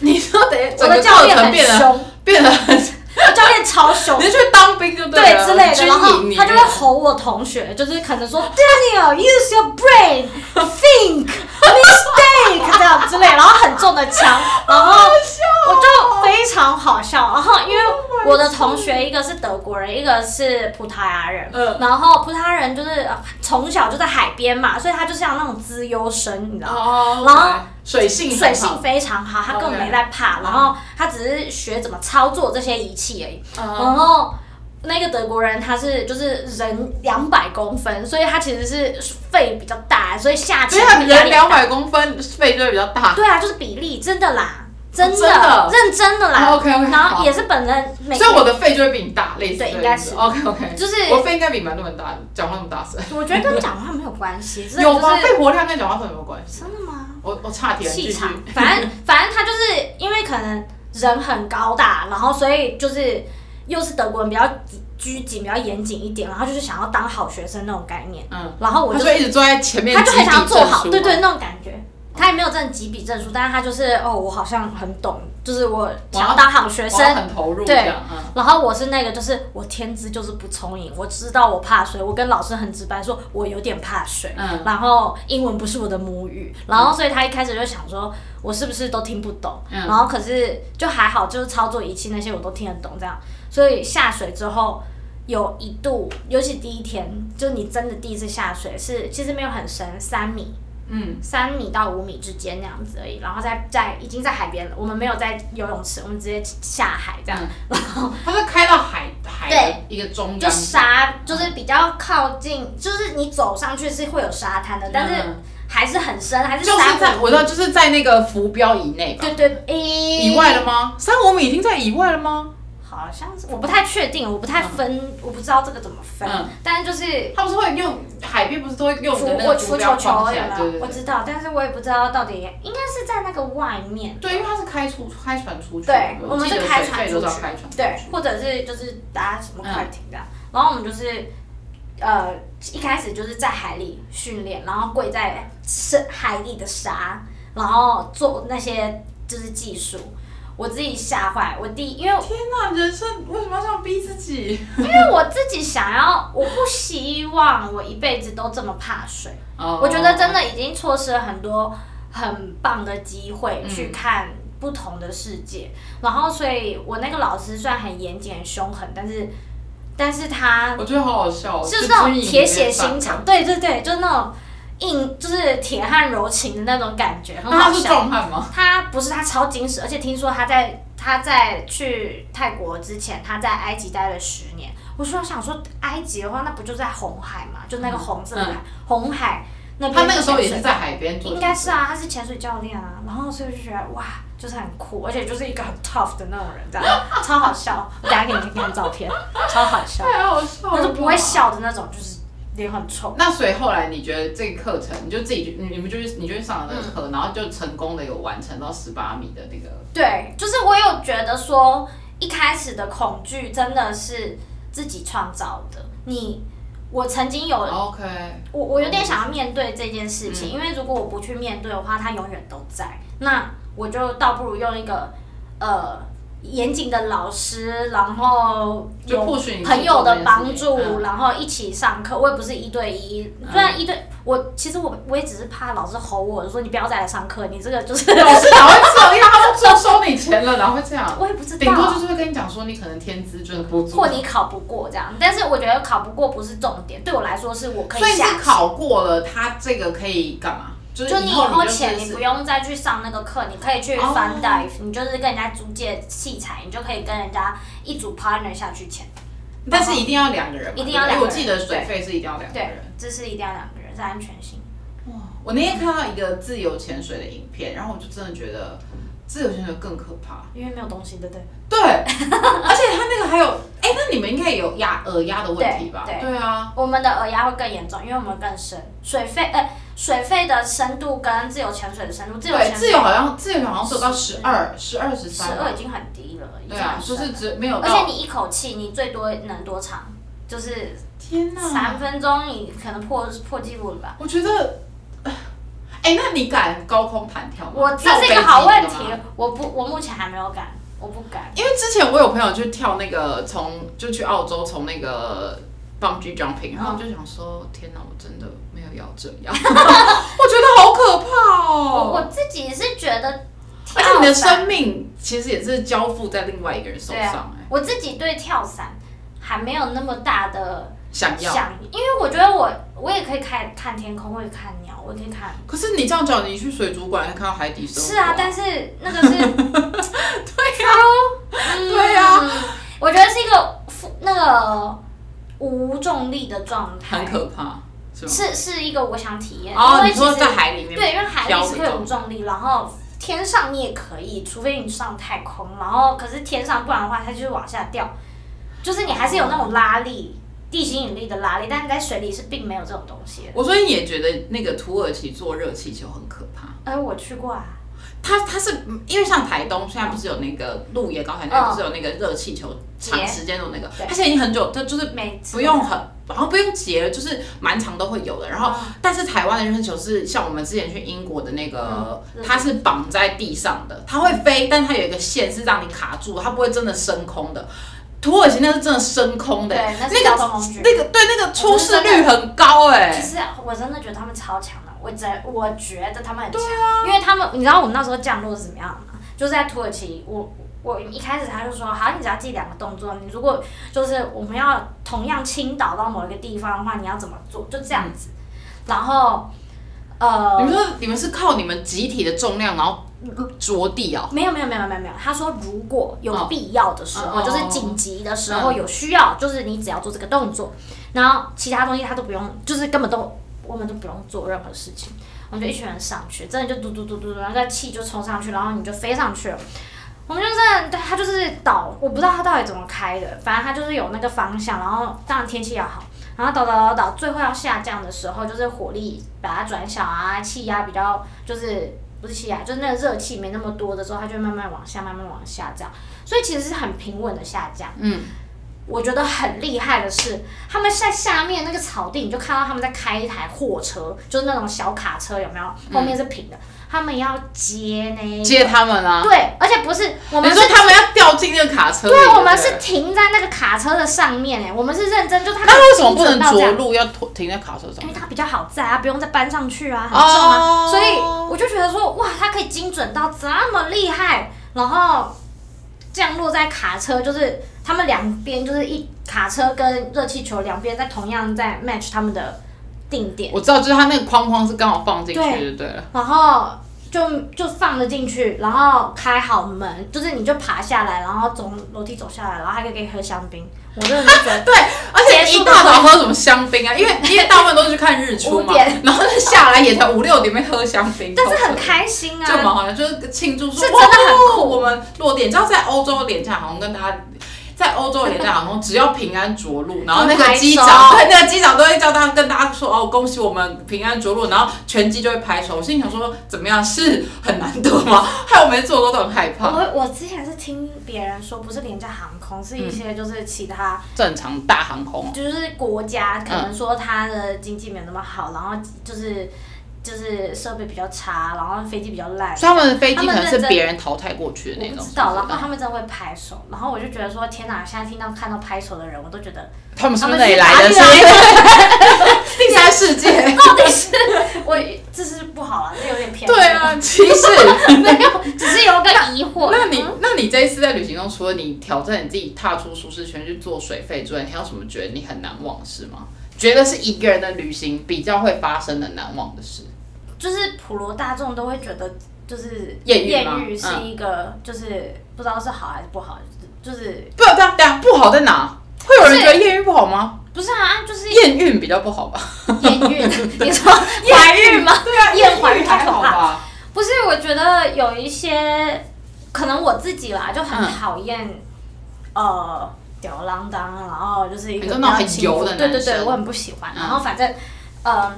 你说，等一下我整的个教教练程很变凶得，变得很， 你我教练超凶，就去当兵啊就对了，之类的，军然后营里面他就会吼我同学，就是可能说 Daniel use your brain think mistake 这样之类，然后很重的枪，然后啊我就非常好笑。然后因为我的同学一个是德国人，一个是葡萄牙人，嗯然后葡萄牙人就是呃从小就在海边嘛，所以他就像那种资优生，你知道吗？哦，然后然后水性很好水性非常好，他根本没在怕，哦 OK 然后他只是学怎么操作这些仪器而已。嗯然后那个德国人他是就是人两百公分，所以他其实是肺比较大，所以下所以潜他的压人力两大。百公分，肺就会比较大，对啊，就是比例，真的啦，真的，哦真的认真的啦。哦，OK，OK，然后好也是本人每，所以我的肺就会比你大，类似对这个应该意思是 OK OK，就是我肺应该比蛮多人大，讲话那么大声，我觉得跟讲话没有关系，真的有就吗？是肺活量跟讲话声有没有关系？真的吗？我我差点气继续场，反正反正他就是因为可能人很高大，然后所以就是又是德国人比较拘谨、比较严谨一点，然后就是想要当好学生那种概念。嗯，然后我他就就一直坐在前面，他就很啊想要做好，对对，对，那种感觉。他也没有真的几笔证书，但是他就是哦，我好像很懂，就是我想要当好学我要生。很投入这对样，嗯，然后我是那个，就是我天资就是不聪颖，我知道我怕水，我跟老师很直白说，我有点怕水。嗯然后英文不是我的母语，然后所以他一开始就想说，我是不是都听不懂？嗯然后可是就还好，就是操作仪器那些我都听得懂，这样。所以下水之后，有一度，尤其第一天，就是你真的第一次下水是其实没有很深，三米，嗯，三米到五米之间那样子而已，然后再在已经在海边了，我们没有在游泳池，我们直接下海这样，嗯然后它是开到海海的一个中央，就沙就是比较靠近，就是你走上去是会有沙滩的，但是嗯还是很深，还是就是在三我五知道就是在那个浮标以内吧对，对，诶以外了吗？三五米已经在以外了吗？好像是我不太确定，我不太分，我不知道这个怎么分，嗯但是就是他不是会用海边不是都会用浮的那过个浮浮球标球框有起来，没对有？对我对，知道，但是我也不知道到底应该是在那个外面。对，因为它是开出开船出去，对，我们哦记是得开水船费出都去是要开船，出对去，嗯或者是就是搭什么快艇这样。然后我们就是呃一开始就是在海里训练，然后跪在深海里的沙，然后做那些就是技术。我自己吓坏，我第一因为天哪，人生为什么要这样逼自己？因为我自己想要，我不希望我一辈子都这么怕水。我我觉得真的已经错失了很多很棒的机会嗯去看不同的世界。然后，所以我那个老师虽然很严谨、很凶狠，但是，但是他我觉得好好笑哦，就是那种军营铁里血面心上肠，对对对，就是那种硬，就是铁汉柔情的那种感觉，很那他好是笑。壮汉吗？他不是他超矜持，而且听说他在他在去泰国之前，他在埃及待了十年。我说想说埃及的话，那不就在红海嘛？就那个红色的海，红海那嗯边他那个时候也潜是水在海边做，应该是啊，他是潜水教练啊，然后所以我就觉得哇，就是很酷，而且就是一个很 tough 的那种人，这样超好笑。我等一下给你看看照片，超好 笑，太好笑了，我就不会。笑的那种，就是脸很臭。那所以后来你觉得这个课程，你就自己去，你你们就去，你就去上了那个嗯课，然后就成功的有完成到十八米的那个。对，就是我有觉得说，一开始的恐惧真的是自己创造的。你，我曾经有 OK，我我有点想要面对这件事嗯情，因为如果我不去面对的话，它永远都在。那我就倒不如用一个呃严谨的老师，然后就有 push 你去做朋友的帮这件事情助，嗯然后一起上课。我也不是一对一，虽然一嗯对我其实我我也只是怕老师吼我说你不要再来上课，你这 个就是 老师嗯哪会这样？他都收收你钱了，哪会这样？我也不知顶多道就。是会跟你讲说你可能天资真的不足或，你考不过这样，但是我觉得考不过不是重点，对我来说是我可所以下是手考过了，他这个可以干嘛？就就是你以以后你钱就你是不用再去上那个课，你可以去哦 fun dive，、你就是跟人家租借器材，你就可以跟人家一组 partner 下去潜。但是一定要两个人嘛，一定要对两不对因为我个人记得水费是一定要两个对人。，这是一定要两个人，是安全性。我那天看到一个自由潜水的影片，然后我就真的觉得自由潜水更可怕。因为没有东西，对不对？对， 而且他那个还有，哎、那你们应该也有压耳压的问题吧？对对啊，我们的耳压会更严重，因为我们更深。水肺，呃，水肺的深度跟自由潜水的深度，自由对，潜自水由好像自由好像只有到十二、十二、十十三，二已经很低了，已对经啊很，就深是了。只没有而且到。你一口气，你最多能多长？就是天哪！三分钟，你可能破破纪录了吧？我觉得，哎、那你敢高空弹跳吗？我这跳是飞一机个好问题那个吗，我不，我目前还没有敢，我不敢。因为之前我有朋友去跳那个从就去澳洲从那个 bungee jumping，然后嗯我就想说，天哪，我真的没有要这样，我 觉得好可怕我哦。我自己是觉得跳而伞，且你的生命其实也是交付在另外一个人手对上啊、，哎、我自己对跳伞还没有那么大的想要。想，因为我觉得我我也可以看看天空，我也看鸟，我也可以看。可是你这样讲，你去水族馆还看到海底生物、是啊，但是那个 是对呀、嗯对啊我觉得是一个负那个无重力的状态，很可怕，是吗？是是一个我想体验，哦因，为你其实说在海里面，对，因为海漂里那是会有种无重力，然后天上你也可以，除非你上太空，然后可是天上不然的话，它就是往下掉，就是你还是有那种拉力，地心引力的拉力，但是在水里是并没有这种东西的。我所以你也觉得那个土耳其坐热气球很可怕。哎，我去过啊，它它是因为像台东现在不是有那个鹿野高台那边嗯不是有那个热气球长时间的那个，对它现在已经很久，它就是每次不用很，好像不用结了，就是蛮长都会有的。然哦后，但是台湾的热气球是像我们之前去英国的那个，嗯它是绑在地上的，它会飞，但它有一个线是让你卡住，它不会真的升空的。土耳其那是真的升空的、欸对，那是那交个通工具。那个对那个出事率很高哎、其实我真的觉得他们超强的，我真我觉得他们很强，因为他们你知道我们那时候降落是怎么样吗？就在土耳其，我我一开始他就说，好，你只要记两个动作，你如果就是我们要同样倾倒到某一个地方的话，你要怎么做，就这样子。然后，呃，你们说你们是靠你们集体的重量，然后着地哦。没有没有没有没有没有，他说如果有哦必要的时候，哦就是紧急的时候嗯有需要，就是你只要做这个动作，然后其他东西他都不用，就是根本都我们都不用做任何事情，我们就一群人上去，真的就嘟嘟嘟嘟嘟，然后那气就冲上去，然后你就飞上去了。我们就真的，对他就是倒，我不知道他到底怎么开的，反正他就是有那个方向，然后当然天气要好，然后倒倒倒倒，最后要下降的时候，就是火力把它转小啊，气压比较就是不是气压，就是那个热气没那么多的时候，它就慢慢往下，慢慢往下这样，所以其实是很平稳的下降。嗯，我觉得很厉害的是，他们在下面那个草地，你就看到他们在开一台货车，就是那种小卡车，有没有？嗯后面是平的，他们要接呢。接他们啊。对，而且不是我你们是说他们要掉进那个卡车里？对，我们不是停在那个卡车的上面哎，我们是认真，就他那为什么不能精准到这着样陆，要拖停在卡车上因为？它比较好载啊，不用再搬上去啊，很重啊哦所以我就觉得说，哇，它可以精准到这么厉害，然后降落在卡车，就是他们两边就是一卡车跟热气球两边在同样在 match 他们的定点，我知道，就是他那个框框是刚好放进去就对了。然后就就放了进去，然后开好门，就是你就爬下来，然后从楼梯走下来，然后还可以可以喝香槟，我真的是觉得 对，而且一大早喝什么香槟啊？因为因为大部分都是去看日出五嘛点，然后就下来也才五六点没喝香槟，但是很超扯开心啊，就蛮好玩的，就是庆祝说是真的很哇我们落点，你知道在欧洲的廉价航空跟大家。在欧洲的廉价航空，只要平安着陆，然后那个机就长拍对那个机长都会叫大家跟大家说哦，恭喜我们平安着陆，然后全机就会拍手。我心里想说，怎么样是很难得吗？ 害我每次坐过都很害怕。我我之前是听别人说，不是廉价航空，是一些就是其他、正常大航空，就是国家可能说它的经济没有那么好，然后就是就是设备比较差，然后飞机比较烂。所以他们的飞他机可们能是认真别人淘汰过去的那我不种。知道，是然不后是他们真的会拍手，然后我就觉得说天哪！现在听到看到拍手的人，我都觉得他们是他不是哪们里是来哪的？里是不来是第三世界？ 到底是我这是不好了，这有点 偏。对，啊，歧视。 没有，只是有个疑惑。那你嗯那你这一次在旅行中，除了你挑战你自己踏出舒适圈去做水费之外，你还有什么觉得你很难忘的事吗？觉得是一个人的旅行比较会发生的难忘的事？就是普罗大众都会觉得，就是艳遇吗嗯是一个，就是不知道是好还是不好，就是不，等一下等一下不好在哪？会有人不是觉得艳遇不好吗？不是啊，就是验孕比较不好吧？验孕， 你说怀孕吗？ 对 啊验怀孕太可好怕吧？不是，我觉得有一些可能我自己啦，就嗯很讨厌、呃吊儿郎当，然后就是一你个说比那种较很轻浮油的对对男对，生我很不喜欢。嗯然后反正嗯、呃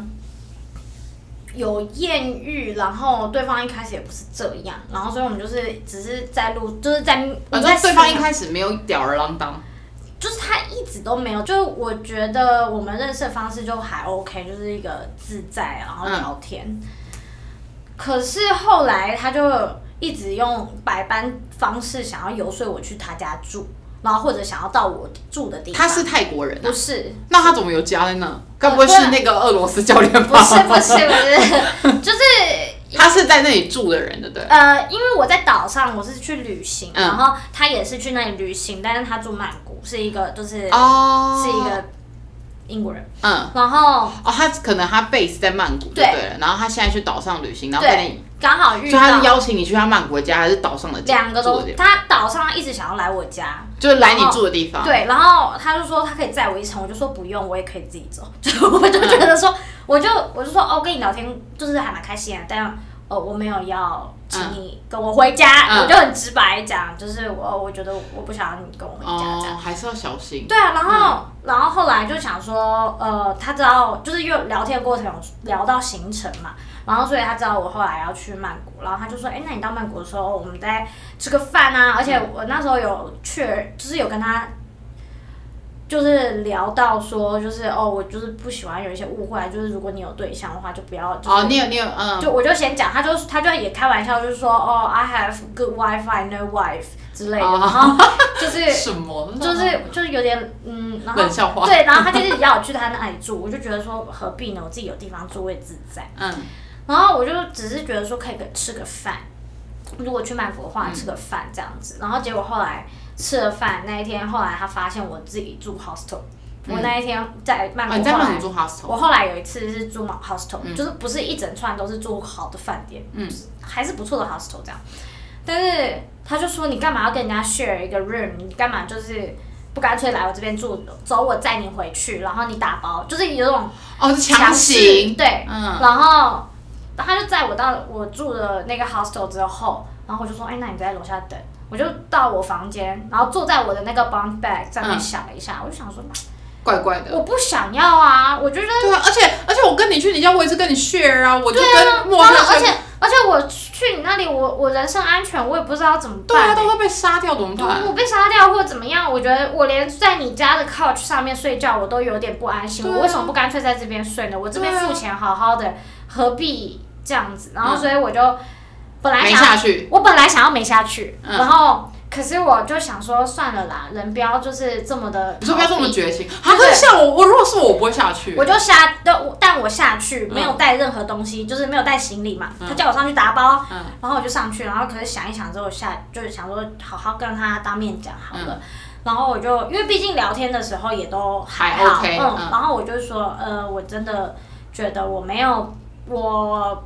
有艳遇，然后对方一开始也不是这样，然后所以我们就是只是在路，就是在我反们在正对方一试探开始没有吊儿郎当，就是他一直都没有，就是我觉得我们认识的方式就还 OK，就是一个自在，啊然后聊天。可是后来他就一直用百般方式想要游说我去他家住，然后或者想要到我住的地方。他是泰国人啊不是？那他怎么有家在那？该不会是那个俄罗斯教练吧？不是不是不是，就是 他是在那里住的人，对不对？呃，因为我在岛上，我是去旅行，嗯然后他也是去那里旅行，但是他住曼谷，是一个就是、哦是一个英国人，嗯。然后。哦，他可能他 base 在曼谷就对对了，然后他现在去岛上旅行，然后跟对你，，刚好遇所以他到是邀请你去他曼谷的家，还是岛上的家两个住都的地，方他岛上一直想要来我家，就是来你住的地方。，对，然后他就说他可以载我一程，我就说不用，我也可以自己走， 就我就觉得说，我就我就说哦，跟你聊天就是还蛮开心的，但呃我没有要请你跟我回家，嗯我就很直白讲，就是我我觉得我不想要你跟我回家这样。哦，还是要小心。对啊，然嗯后、然后后来就想说，呃，他知道就是因为聊天过程有聊到行程嘛，然后所以他知道我后来要去曼谷，然后他就说，哎，那你到曼谷的时候，我们再吃个饭啊。而嗯且我那时候有确，就是有跟他。就是聊到说，就是哦，我就是不喜欢有一些误会啊，就是如果你有对象的话，就不要就是、哦，你有你有，嗯，就我就先讲，他就他就也开玩笑，就是说哦，I have good wife，I no wife 之类的，哦然后就是什么？就是就是有点嗯，然后冷笑话对，然后他就是要我去他那里住，我就觉得说何必呢？我自己有地方住，我也自在。嗯，然后我就只是觉得说可以个吃个饭，如果去曼谷的话吃个饭这样子，然后结果后来吃了饭那一天，后来他发现我自己住 hostel，、我那一天在曼哦，谷你在后来曼谷住 hostel，我后来有一次是住 hostel，、就是嗯不是一整串都是住好的饭店，嗯，还是不错的 hostel 这样。但是他就说你干嘛要跟人家 share 一个 room？你干嘛就是不干脆来我这边住，走我载你回去，然后你打包，就是有种哦，是强强势行，对，嗯，然后他就载我到我住的那个 hostel 之后，然后我就说，哎，那你在楼下等，我就到我房间，然后坐在我的那个 bunk bed 上面嗯想了一下，我就想说，怪怪的。我不想要啊，我觉得。对啊，而且而且我跟你去你家，我也是跟你 share 啊，我就对啊，跟陌然后生而且人，而且我去你那里，我我人身安全我也不知道怎么对啊，办、欸都会被杀掉，怎么办？我被杀掉或怎么样，我觉得我连在你家的 couch 上面睡觉我都有点不安心，对啊我为什么不干脆在这边睡呢？我这边对啊付钱好好的，何必这样子？然后嗯所以我就本来没想要下去，我本来想要没下去，嗯然后可是我就想说算了啦，人不要就是这么的，你说不要这么绝情，啊！对可是像我，我如果是我，我不会下去。我就下，但我但我下去嗯没有带任何东西，就是没有带行李嘛。他叫我上去打包，嗯然后我就上去，然后可是想一想之后下，就是想说好好跟他当面讲好嗯了。然后我就因为毕竟聊天的时候也都还好， OK，嗯，嗯然后我就说，呃，我真的觉得我没有我。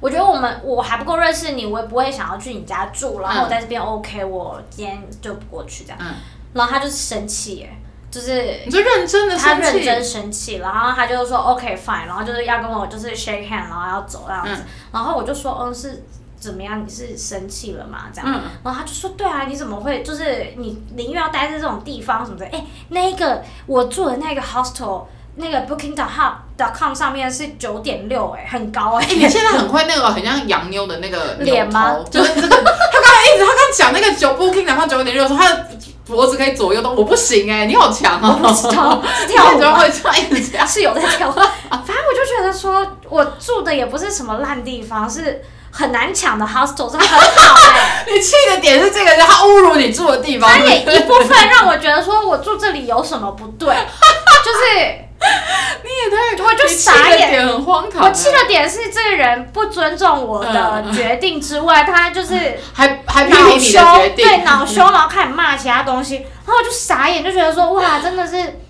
我觉得我们我还不够认识你，我也不会想要去你家住，然后我在这边 OK，、我今天就不过去这样。嗯然后他就生气耶，就是你就认真的他生认真气，生气，然后他就说 OK fine，然后就是要跟我就是 shake hand，然后要走那样子，然后我就说嗯是怎么样？你是生气了吗？这样，嗯然后他就说对啊，你怎么会就是你宁愿要待在这种地方什么的？哎，那一个我住的那个 hostel。那个 Booking.com.com 上面是九点六， 哎，很高哎、哎、你现在很会那个，很像洋妞的那 个扭头脸吗就是这个，他刚才一直他刚讲那个九 booking，然后九点六的时候，他的脖子可以左右动，我不行哎、你好强我不哦、知道是你看跳舞啊就吗会这样啊一直这样。是有在跳， 反正我就觉得说，我住的也不是什么烂地方，是很难抢的 hostel，是很好哎、你气的点是这个，然后侮辱你住的地方。他也一部分让我觉得说我住这里有什么不对，就是你也太，我就你气傻的眼点很荒唐、啊我气的点是这个人不尊重我的决定之外，他就是还还批评恼你羞的决，定，对恼羞，然后开始骂其他东西，然后我就傻眼，就觉得说哇，真的是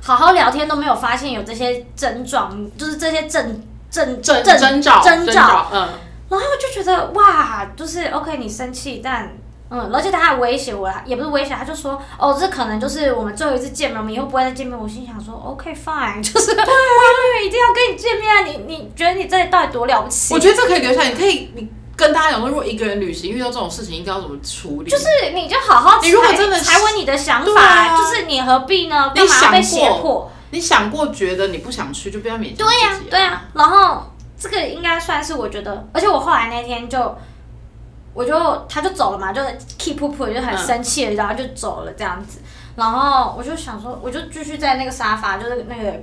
好好聊天都没有发现有这些症状，就是这些症症征症征兆征兆兆，嗯。然后就觉得哇，就是 OK，你生气，但嗯，而且他还威胁我，也不是威胁，他就说哦，这可能就是我们最后一次见面，我们以后不会再见面。我心想说 OK fine，就是 我也没有一定要跟你见面啊，你你觉得你这里到底多了不起？我觉得这可以留下，你可以你跟大家讲说，如果一个人旅行遇到这种事情，应该要怎么处理？就是是你就好好你如果踩真的是踩稳你的想对法，啊就是你何必呢？你干嘛要被想胁过迫？你想过觉得你不想去，就不要勉强对呀、自己啊对呀、然后这个应该算是我觉得，而且我后来那天就，我就他就走了嘛，就 keep up 就嗯很生气了，然后就走了这样子。然后我就想说，我就继续在那个沙发，就是那个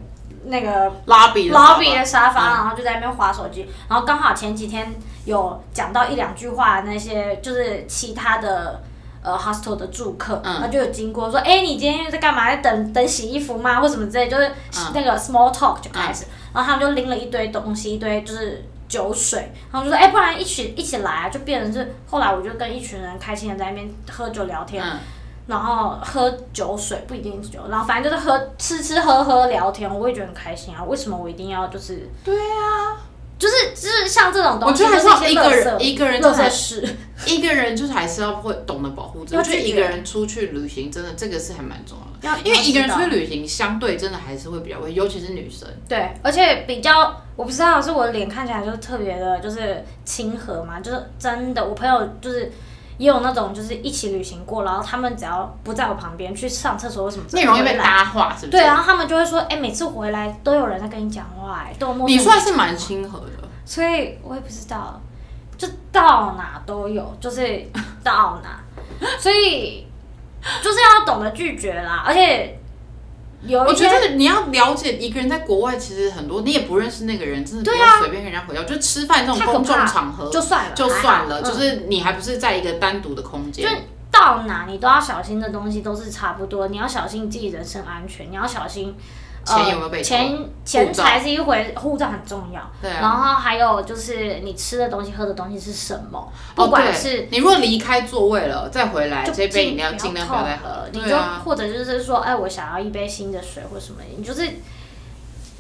那个拉比的爸爸 lobby 的沙发，然后就在那边划手机。然后刚好前几天有讲到一两句话，那些就是其他的。呃，hostel 的住客，嗯那、就有经过说，哎、你今天在干嘛？在等等洗衣服吗？或什么之类，就是嗯那个 small talk 就开始，然后他们就拎了一堆东西，一堆就是酒水，然后就说，哎、不然一起一起来啊，就变成是后来我就跟一群人开心的在那边喝酒聊天，嗯然后喝酒水不一定是酒，然后反正就是喝吃吃喝喝聊天，我也觉得很开心啊。为什么我一定要就是对呀、就是就是像这种东我西，觉得还就是要一一些个垃人圾一个人就垃是圾事，一个人就是还是嗯要会懂得保护自己。要我拒觉绝得一个人出去旅行，真的这个是还蛮重要的。要因为一个人要出知去道旅行，相对真的还是会比较危，尤其是女生。对，而且比较我不知道是我的脸看起来就是特别的，就是亲和嘛，就是真的，我朋友就是。也有那种就是一起旅行过，然后他们只要不在我旁边去上厕所或什么之你类很的，容易被打。搭话，是不是？对，然后他们就会说，哎、每次回来都有人在跟你讲话、哎，都有陌生你人算是蛮亲和的。所以我也不知道，就到哪都有，就是到哪， 所以就是要懂得拒绝啦。而且有我一觉些得你要了解一个人在国外，其实很多你也不认识那个人，真的不要随便跟人家回到，就吃饭这种太可公众怕场合就算了，就算了，还好就嗯是你还不是在一个单独的空间就。到哪你都要小心的东西都是差不多，你要小心自己人身安全，你要小心钱有没有被呃偷钱钱护照财是一回，护照很重要。对啊然后还有就是你吃的东西、喝的东西是什么，哦不管对是你如果离开座位了，再回来就这杯饮料尽尽量不量要不要再碰喝了，你对就啊，或者就是说，哎，我想要一杯新的水或什么，你就是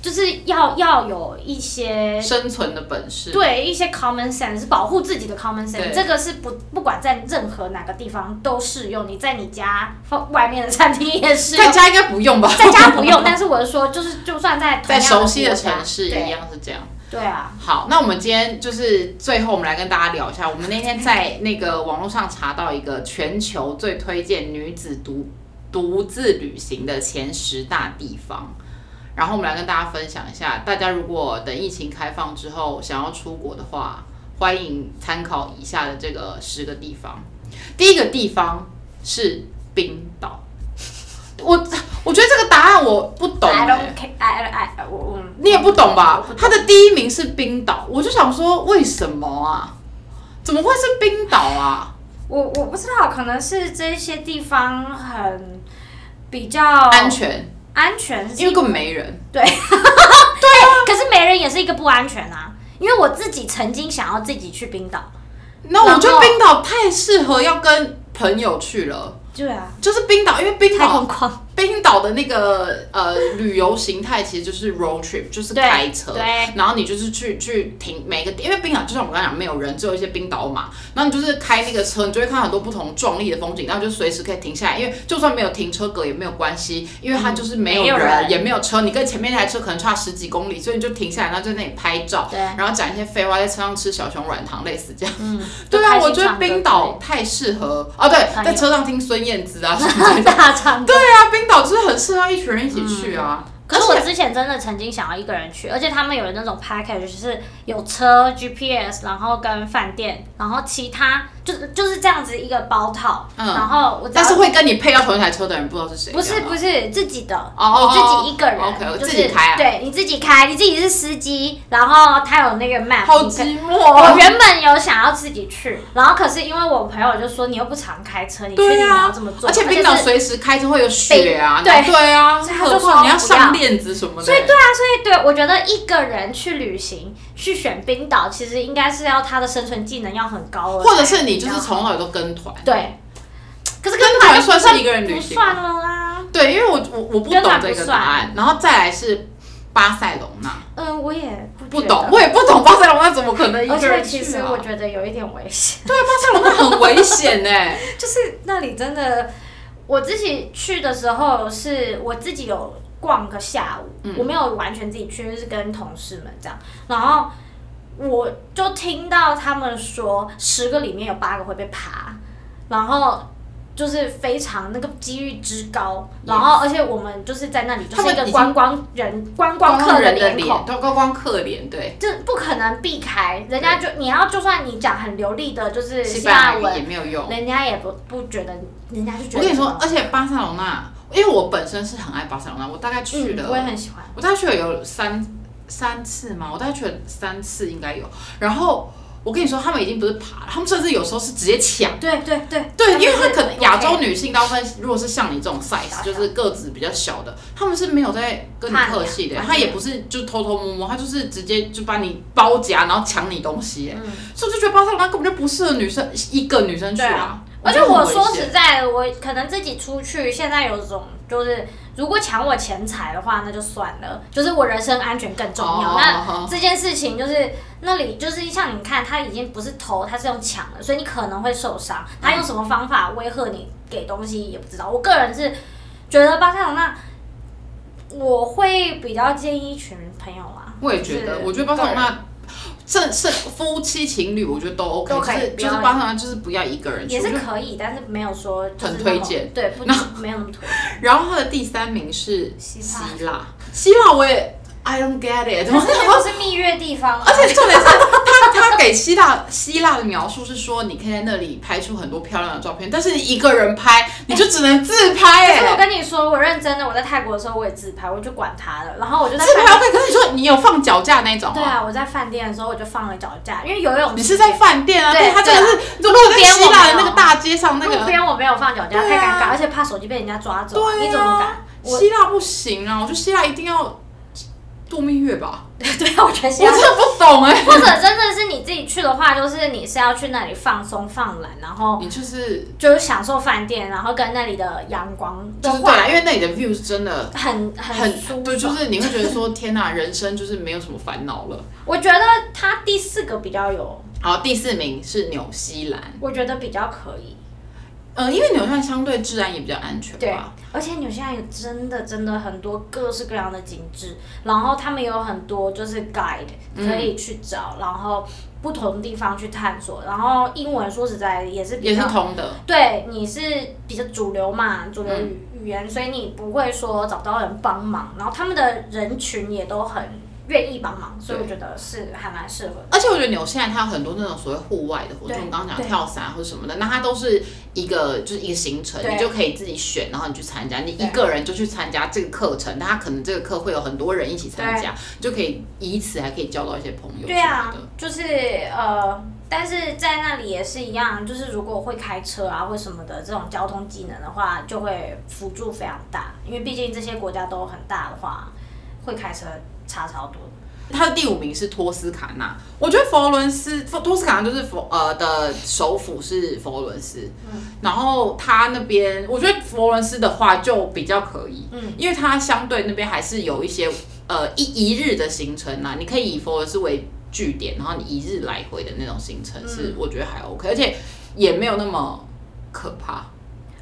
就是要要有一些生存的本事。对一些 common sense，保护自己的 common 对 sense，这个是不不管在任何哪个地方都适用，你在你家放外面的餐厅也适用在，家应该不用吧？在家不用，但是我是说，就是就算在同 在样熟悉的国家城市对一样是这样。对啊，好，那我们今天就是最后，我们来跟大家聊一下，我们那天在那个网络上查到一个全球最推荐女子独独自旅行的前十大地方，然后我们来跟大家分享一下，大家如果等疫情开放之后想要出国的话，欢迎参考以下的这个十个地方。第一个地方是冰岛，我我觉得这个答案我不懂、欸。I don't care, I I, I 我我你也不懂吧我不？懂他的第一名是冰岛，我就想说为什么啊？怎么会是冰岛啊？我我不知道，可能是这些地方很比较安全，安全是一因为根本没人。可是没人也是一个不安全啊，因为我自己曾经想要自己去冰岛。那我然后觉得冰岛太适合要跟朋友去了，对啊，就是冰岛，因为冰太岛空旷，冰岛的那个呃旅游形态其实就是 road trip，就是对开车，对然后你就是去去停每个地，因为冰岛就像我刚刚讲，没有人，只有一些冰岛马，然后你就是开那个车，你就会看到很多不同壮丽的风景，然后就随时可以停下来，因为就算没有停车格也没有关系，因为它就是没有没有人，人也没有车，你跟前面那台车可能差十几公里，所以你就停下来，然后在那里拍照，对然后讲一些废话，在车上吃小熊软糖，类似这样。嗯，对啊，就开我心哎觉得唱歌冰岛太适合哦，对，朋友在车上听孙燕姿啊什么之类的大唱歌。对啊，冰岛就是很适合一群人一起去啊。嗯可而是且我之前真的曾经想要一个人去，而且他们有那种 package 就是有车、GPS，然后跟饭店，然后其他就是就是这样子一个包套。嗯然后我只要但是会跟你配到同一台车的人不知道是谁，啊不这是样吗不是自己的，哦哦你自己一个人 OK，我就是自己开啊对，你自己开，你自己是司机，然后他有那个 map，好你可以寂我寞。原本有想要自己去，然后可是因为我朋友就说你又不常开车，你确对定你啊要这么，做？而且冰岛他就是随时开车会有雪啊，对然后对啊，所以他就何说况你我要不上要链子什么的。所以对啊，所以对我觉得一个人去旅行去选冰岛，其实应该是要他的生存技能要很高了才比较好，或者是你就是从小都跟团，对，可是跟团团算是一个人旅不行算吗。了啊啦。对，因为我我我不跟懂团这不个答算案，然后再来是巴塞隆纳，嗯，我也不不觉懂，得我也不懂巴塞隆纳怎么可能一而个且人其去实啊我？觉得有一点危险，对，巴塞隆纳很危险哎。 就是那里真的，我自己去的时候是我自己有逛个下午，嗯我没有完全自己去，就是跟同事们这样，然后我就听到他们说十个里面有八个会被爬，然后。就是非常那个几率之高，然后而且我们就是在那里就他是们一个已经观光人观光光客人的脸孔，脸，光光客脸，对，这不可能避开，人家就你要就算你讲很流利的，就是西希班牙腊语文也，没有用。人家也不不觉得，人家就觉得我跟你说什，么而且巴塞罗那，因为我本身是很爱巴塞罗那，我大概去了，嗯，我也很喜欢。我大概去了有三三次嘛，我大概去了三次应该有。然后我跟你说，他们已经不是爬了，他们甚至有时候是直接抢。对对对对，因为他他们可是能亚洲 OK 女性大部分，如果是像你这种 size，小就是个子比较小的，他们是没有在跟你怕你啊客气的，完全他也没有不是就偷偷摸摸，他就是直接就把你包夹，然后抢你东西。哎，所以我就觉得巴塞罗那根本就不适合女生一个女生去嗯对啊啊。而且觉得我很危说险实在，我可能自己出去，现在有种就是，如果抢我钱财的话，那就算了，就是我人身安全更重要。哦那这件事情就是那里就是像你看，他已经不是投，他是用抢的，所以你可能会受伤。他用什么方法威吓你给东西也不知道。我个人是觉得巴塞罗那，我会比较建议一群朋友啊。我也觉得，就是我觉得巴塞罗个人那正是夫妻情侣，我觉得都 OK，都可以就是就不是要巴塞罗那就是不要一个人去。也我觉是得可以，但是没有说就很是那么推荐对，不那没有那么推荐。 然后他的第三名是希希腊腊，希腊我也 I don't get it，怎么可是那不是蜜月地方吗，啊而且重点是他他给希腊希腊的描述是说，你可以在那里拍出很多漂亮的照片，但是你一个人拍，你就只能自拍可哎、是我跟你说，我认真的，我在泰国的时候我也自拍，我就管他了。然后我就在自拍饭 OK，可是你说你有放脚架那种、对，啊，我在饭店的时候我就放了脚架，因为游泳池你是在饭店啊？对但是他真的是，如果在希腊的那个大街上那路个，边我没有放脚架，对太啊尴尬，而且怕手机被人家抓走，对啊你怎么敢？我 希腊不行啊，我觉得希腊一定要度蜜月吧，对啊，我觉得我现在真的不懂哎、或者真的是你自己去的话，就是你是要去那里放松放懒，然后你就是就是享受饭店，然后跟那里的阳光就的是对话啦，因为那里的 view 是真的很很很舒对，就爽。是你会觉得说天哪，人生就是没有什么烦恼了。我觉得它第四个比较有，好，第四名是纽西兰，我觉得比较可以。嗯，因为纽西兰相对治安也比较安全对吧。，而且纽西兰有真的真的很多各式各样的景致，然后他们有很多就是 guide 可以去找，然后不同地方去探索，然后英文说实在也是比也是较通的，对，你是比较主流嘛，主流语语言，所以你不会说找不到人帮忙，然后他们的人群也都很愿意帮忙，所以我觉得是还蛮适合的。而且我觉得纽西兰它有很多那种所谓户外的活动，对我们刚刚讲对跳伞或者什么的，那它都是一个就是一个行程，对你就可以自己选，然后你去参加。你一对个人就去参加这个课程，但它可能这个课会有很多人一起参加，就可以以此还可以交到一些朋友对啊什么的，就是呃，但是在那里也是一样，就是如果会开车啊或什么的这种交通技能的话，就会辅助非常大，因为毕竟这些国家都很大的话，会开车差超多。它的第五名是托斯卡纳，我觉得佛罗伦斯，佛托斯卡纳就是佛呃的首府是佛罗伦斯，嗯然后它那边我觉得佛罗伦斯的话就比较可以，嗯因为它相对那边还是有一些呃一一日的行程啊啦，你可以以佛罗伦斯为据点，然后你一日来回的那种行程是、嗯我觉得还 OK，而且也没有那么可怕，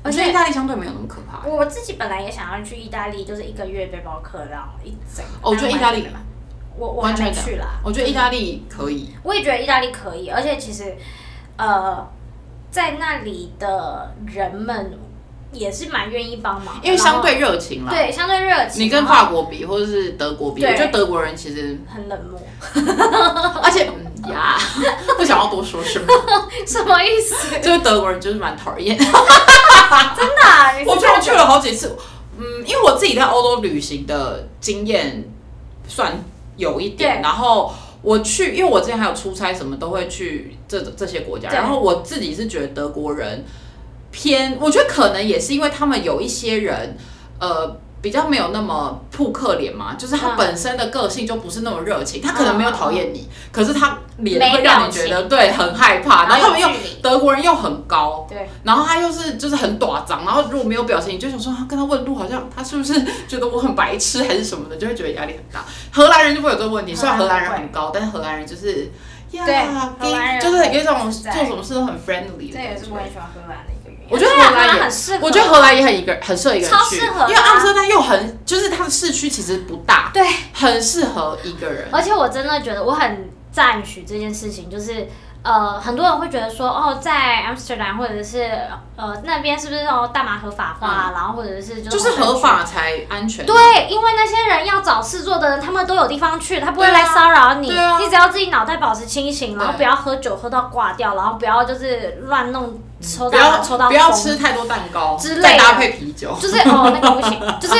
而而且且意大利相对没有那么可怕，我自己本来也想要去意大利，就是一个月背包客这样一整。哦我觉得意大利我我还没完全去啦。嗯我觉得意大利可以，我也觉得意大利可以，而且其实，呃，在那里的人们也是蛮愿意帮忙的，因为相然对热情后啦，对相对热情，你跟然后法国比，或者是德国比，我对觉得德国人其实，很冷漠， 而且嗯呀， 不想要多说 什么， 什么意思？就是德国人就是蛮讨厌。 真的啊、你是我这就样去了好几次，嗯，因为我自己在欧洲旅行的经验算有一点，对然后。我去，因为我之前还有出差，什么都会去这这些国家。对然后我自己是觉得德国人偏，我觉得可能也是因为他们有一些人，呃，比较没有那么扑克脸嘛，就是他嗯本身的个性就不是那么热情。他可能没有讨厌你，可是他脸没会让表你觉情得对很害怕。然后他们又然后有距离德国人又很高，对，然后他又是就是很短张，然后如果没有表情，你就想说他跟他问路，好像他是不是觉得我很白痴还是什么的，就会觉得压力很大。荷兰人就不会有这个问题， 虽然荷兰人很高，但是荷兰人就是呀，对跟荷兰人就是有一种很自做在什么事都很 friendly 的这也感是觉我。很喜欢荷兰的一个原因。我觉得对啊荷兰也很适合，我觉得荷兰也很一个很适合一个人超去，适合啊因为阿姆斯特丹又很就是它的市区其实不大，对，很适合一个人。而且我真的觉得我很赞许这件事情，就是呃，很多人会觉得说，哦，在 Amsterdam 或者是呃那边是不是哦大麻合法化啊、然后或者是就就是合。法才安全，对，因为那些人要找事做的人，他们都有地方去，他不会对啊来骚扰你。对啊你只要自己脑袋保持清醒，然后对不要喝酒喝到挂掉，然后不要就是乱弄抽不到、要抽到不要风吃太多蛋糕，之类的再搭配啤酒，就是哦，那个不行，就是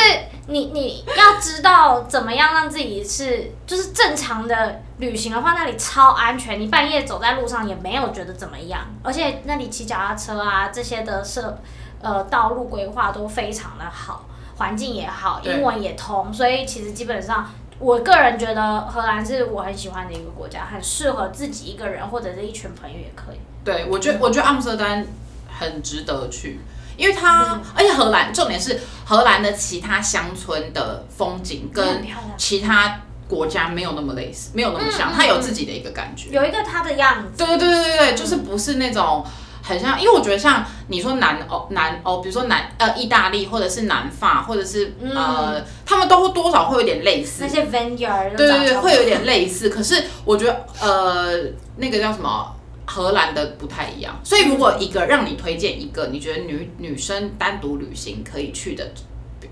你你要知道怎么样让自己是就是正常的旅行的话，那里超安全，你半夜走在路上也没有觉得怎么样，而且那里骑脚踏车啊这些的设呃道路规划都非常的好，环境也好，对英文也通，所以其实基本上。我个人觉得荷兰是我很喜欢的一个国家，很适合自己一个人或者是一群朋友也可以。对，我嗯觉得我觉得阿姆斯特丹很值得去，因为它、嗯而且荷兰重点是荷兰的其他乡村的风景很跟漂亮，其他国家没有那么类似，没有那么像，嗯嗯它有自己的一个感觉。有一个它的样子。对对对对对，嗯就是不是那种。很像，因为我觉得像你说南欧、南欧，比如说南呃意大利，或者是南法，或者是、嗯呃，他们都会多少会有点类似那，些 vineyard 对对都长对，得会有点类似。可是我觉得呃，那个叫什么？荷兰的不太一样，所以如果一个让你推荐一个，你觉得女女生单独旅行可以去的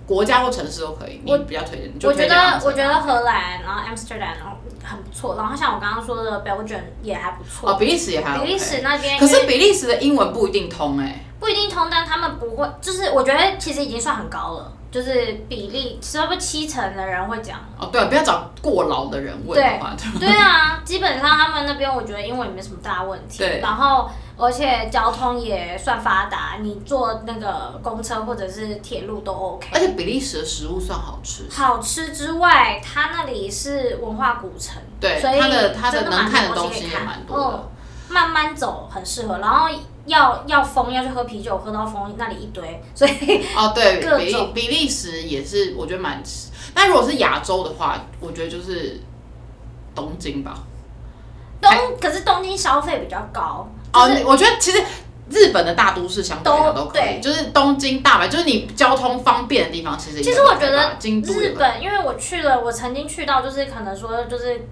国家或城市都可以，你我比较推荐，你就我觉推得荐阿姆斯我特觉丹得荷兰，然后 Amsterdam 然后很不错，然后像我刚刚说的 Belgium 也还不错，哦，比利时也还、OK、比利时，那边可因是为比利时的英文不一定通哎、不一定通，但他们不会，就是我觉得其实已经算很高了，就是比例差不多七成的人 会讲。哦，对，不要找过劳的人问的话，对对啊，基本上他们那边我觉得英文也没什么大问题对，然后而且交通也算发达，你坐那个公车或者是铁路都 OK。而且比利时的食物算好吃，好吃之外，它那里是文化古城，对，所以它的它的真能蛮看的东可西以也看蛮多嗯的。慢慢走很适合，然后要要疯要去喝啤酒，喝到疯那里一堆，所以哦，对，各比利种比利时也是，我觉得蛮吃。那如果是亚洲的话，我觉得就是东京吧。东还可是东京消费比较高，哦，就是你我觉得其实日本的大都市相对来讲都都可以，对就是东京、大阪，就是你交通方便的地方，其实其应实该我都觉可以吧得京都也日可以本，因为我去了，我曾经去到就是可能说就是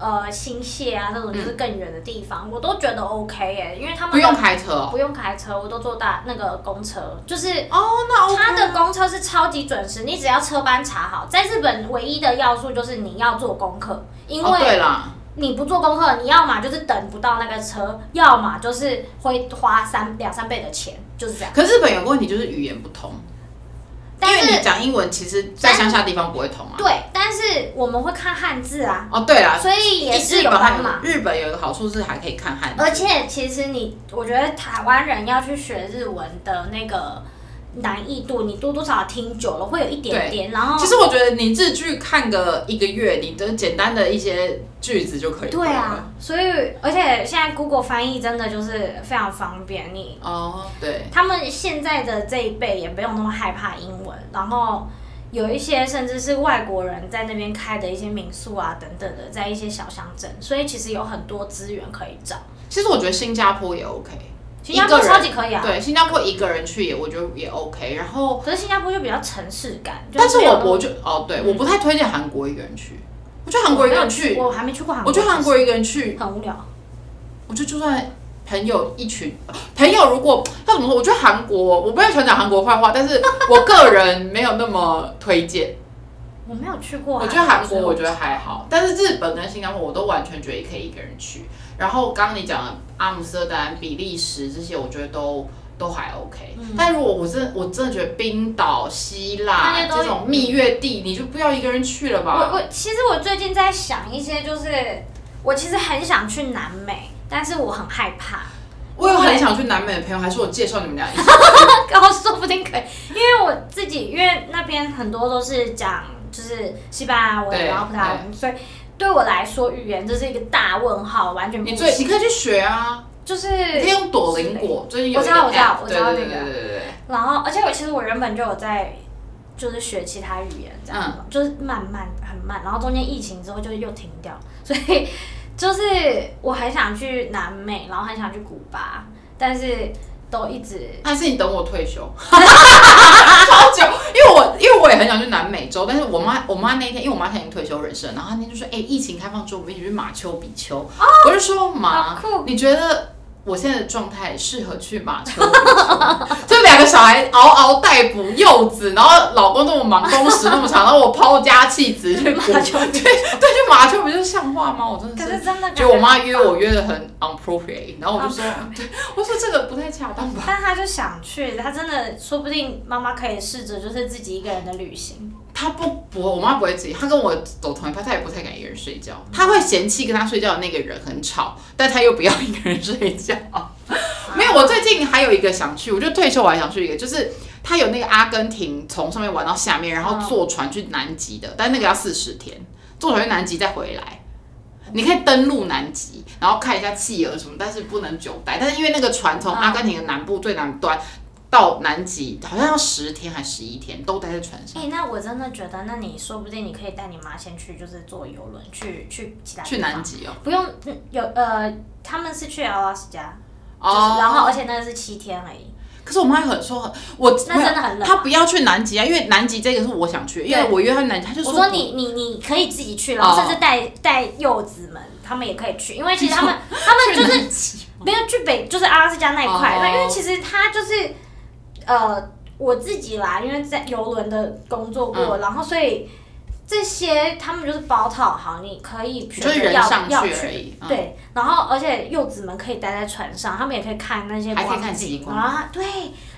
呃新泻啊这种就是更远的地方，我都觉得 OK 耶、因为他们不用开车哦。不用开车，我都坐大那个公车，就是哦，那 OK 啊它的公车是超级准时，你只要车班查好。在日本唯一的要素就是你要做功课，因哦对为啦，你不做功课，你要么就是等不到那个车，要么就是会花三两三倍的钱，就是这样。可是日本有个问题就是语言不通，因但为你是讲英文，其实在乡下地方不会通啊。对，但是我们会看汉字啊，哦，对啦，所以也是日有本还帮有忙。日本有一个好处是还可以看汉字，而且其实你，我觉得台湾人要去学日文的那个难易度，你多多少少听久了会有一点点，然后其实我觉得你日剧看个一个月，你的简单的一些句子就可以。对啊。，所以而且现在 Google 翻译真的就是非常方便，你哦，对，他们现在的这一辈也没有那么害怕英文，然后有一些甚至是外国人在那边开的一些民宿啊等等的，在一些小乡镇，所以其实有很多资源可以找。其实我觉得新加坡也 OK，新加一坡个人超级可以啊，对，新加坡一个人去也我觉得也 OK。然后，可是新加坡就比较城市感，就但是没有我那么嗯我就哦，对，我不太推荐韩国一个人去。我觉得韩国一个人去，我还没去过韩国，我觉得韩国一个人去其实很无聊。我觉得就算朋友一群 朋友，如果要怎么说，我觉得韩国我不要想讲韩国坏话，但是我个人没有那么推荐。我没有去过，我觉得韩国我觉得得还好，但是日本跟新加坡我都完全觉得可以一个人去。然后刚刚你讲的阿姆斯特丹、比利时这些，我觉得都。都还 OK，、但如嗯果我真我真的觉得冰岛、希那腊些都这种蜜月地，你就不要一个人去了我吧。我其实我最近在想一些，就是我其实很想去南美，但是我很害怕，我有很想去南美的朋友，还是我介绍你们俩 一起。然后说不定可以，因为我自己因为那边很多都是讲就是西班牙文，对然后葡萄牙文，所以对我来说语言这是一个大问号，完全不你最你行。可以去学啊，就是你可以用朵林果，最近有我知道一个我知道 app，我知道对那个对对对对对然后，而且我其实我原本就有在，就是学其他语言这样子，就是慢慢很慢，然后中间疫情之后就又停掉，所以就是我很想去南美，然后很想去古巴，但是都一直还啊是你等我退休， 超久，因为我因为我也很想去南美洲，但是我妈我妈那一天，因为我妈现在已经退休人士了，然后她那天就说，哎、疫情开放之后，我们一起去马丘比丘，我就说妈哦好酷，你觉得？我现在的状态适合去马丘比 丘，就两个小孩嗷嗷待哺幼子，然后老公那么忙，工时那么长，然后我抛家弃子去古马丘比对对，去马丘比丘像话吗？我真的可是是真的感觉就我妈约我约的很 unappropriate，然后我就说，哦对，我说这个不太恰当吧。但他就想去，他真的说不定妈妈可以试着就是自己一个人的旅行，她不不，我妈不会自己，她跟我走同一派，她也不太敢一个人睡觉，她会嫌弃跟她睡觉的那个人很吵，但她又不要一个人睡觉。没有，我最近还有一个想去，我就退休我还想去一个，就是他有那个阿根廷从上面玩到下面，然后坐船去南极的，但那个要四十天，坐船去南极再回来。你可以登陆南极，然后看一下企鹅什么，但是不能久待。但是因为那个船从阿根廷的南部最南端到南极，好像要十天还十一天，都待在船上。哎、那我真的觉得，那你说不定你可以带你妈先去，就是坐游轮去去其他地去方南极哦，不用，嗯有呃，他们是去阿拉斯加，就是然哦，后而且那个是七天而已，可是我妈很说很，我那真的很冷。她不要去南极啊，因为南极这个是我想去，因为对我约她去南极，她就哦我不说你你你可以自己去，然后甚至带带幼子们，他们也可以去，因为其实他们他们就去是南极没有去北，就是阿拉斯加那一块哦。那因为其实他就是呃我自己啦，因为在游轮的工作嗯过，然后所以这些他们就是包套好，你可以选就是择人要上去要而已。嗯对，然后而且幼子们可以待在船上，他们也可以看那还些可以光看极景，光然后对，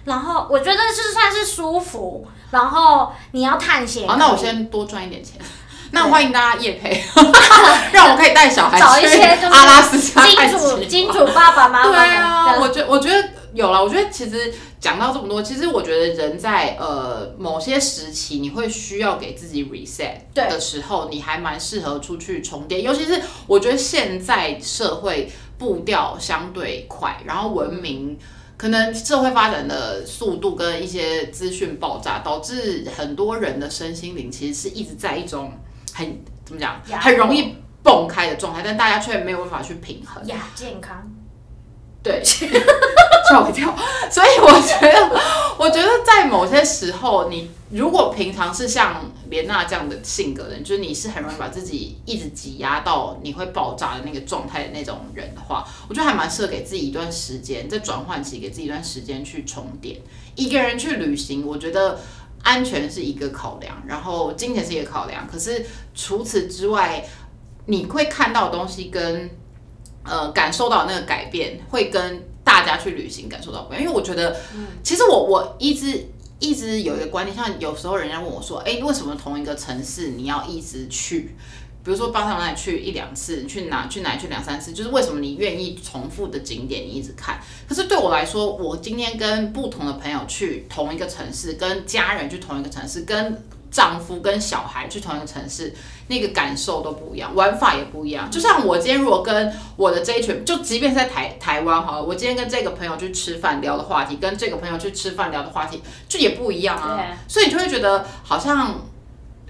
然后我觉得就是算是舒服，然后你要探险可哦以。好，那我先多赚一点钱。那欢迎大家夜陪，让我可以带小孩找一去些就是阿拉斯加金探主险。金主爸爸妈妈对们，啊，我对觉我觉得有了。我觉得其实讲到这么多，其实我觉得人在呃某些时期，你会需要给自己 reset 对的时候，你还蛮适合出去充电。尤其是我觉得现在社会步调相对快，然后文嗯明。可能社会发展的速度跟一些资讯爆炸，导致很多人的身心灵其实是一直在一种很怎么讲，压很容易蹦开的状态，但大家却没有办法去平衡。亚健康，对， 吓我一跳。所以我觉得，我觉得在某些时候，你如果平常是像莲娜这样的性格的人，就是你是很容易把自己一直挤压到你会爆炸的那个状态的那种人的话，我觉得还蛮适合给自己一段时间，在转换期给自己一段时间去充电。一个人去旅行，我觉得。安全是一个考量，然后金钱是一个考量，可是除此之外，你会看到的东西跟呃感受到那个改变，会跟大家去旅行感受到不一样。因为我觉得，其实我我一直一直有一个观念，像有时候人家问我说，哎、为什么同一个城市你要一直去？比如说巴塞罗那你去一两次，你去哪去哪去两三次，就是为什么你愿意重复的景点你一直看？可是对我来说，我今天跟不同的朋友去同一个城市，跟家人去同一个城市，跟丈夫跟小孩去同一个城市，那个感受都不一样，玩法也不一样。就像我今天如果跟我的这一群，就即便是在台台湾哈，我今天跟这个朋友去吃饭聊的话题，跟这个朋友去吃饭聊的话题，就也不一样啊。对所以你就会觉得好像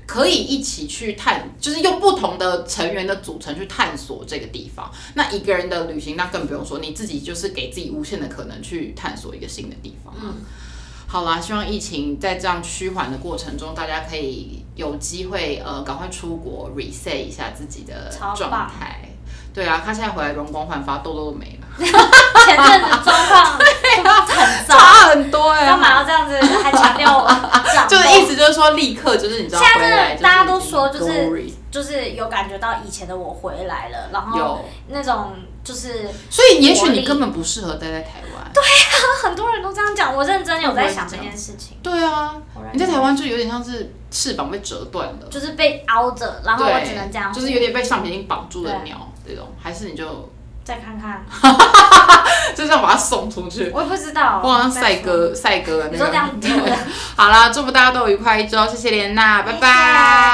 可以一起去探，就是用不同的成员的组成去探索这个地方。那一个人的旅行，那更不用说，你自己就是给自己无限的可能去探索一个新的地方。嗯，好啦，希望疫情在这样趋缓的过程中，大家可以有机会呃，赶快出国 reset 一下自己的超棒状态。对啊，他现在回来容光焕发，痘痘都没了，前阵子状况很糟，差很多哎、 干嘛要这样子还强调我 长就是痘意思就是说，立刻就是你知道现在回真的来，大家都说就是 glory 就是有感觉到以前的我回来了，然后有。那种就是所以也许你根本不适合待在台湾。对呃很多人都这样讲，我认真有在想这件事情。啊，你在台湾就有点像是翅膀被折断了，就是被凹着，然后我对只能这样，就是有点被橡皮筋绑住的鸟这种，还是你就 再看看，就这样把它送出去。我也不知道。我好像赛，哥，赛哥的你那说个 这样子啊对好啦，祝福大家都有愉快一周，谢谢莲娜，拜拜拜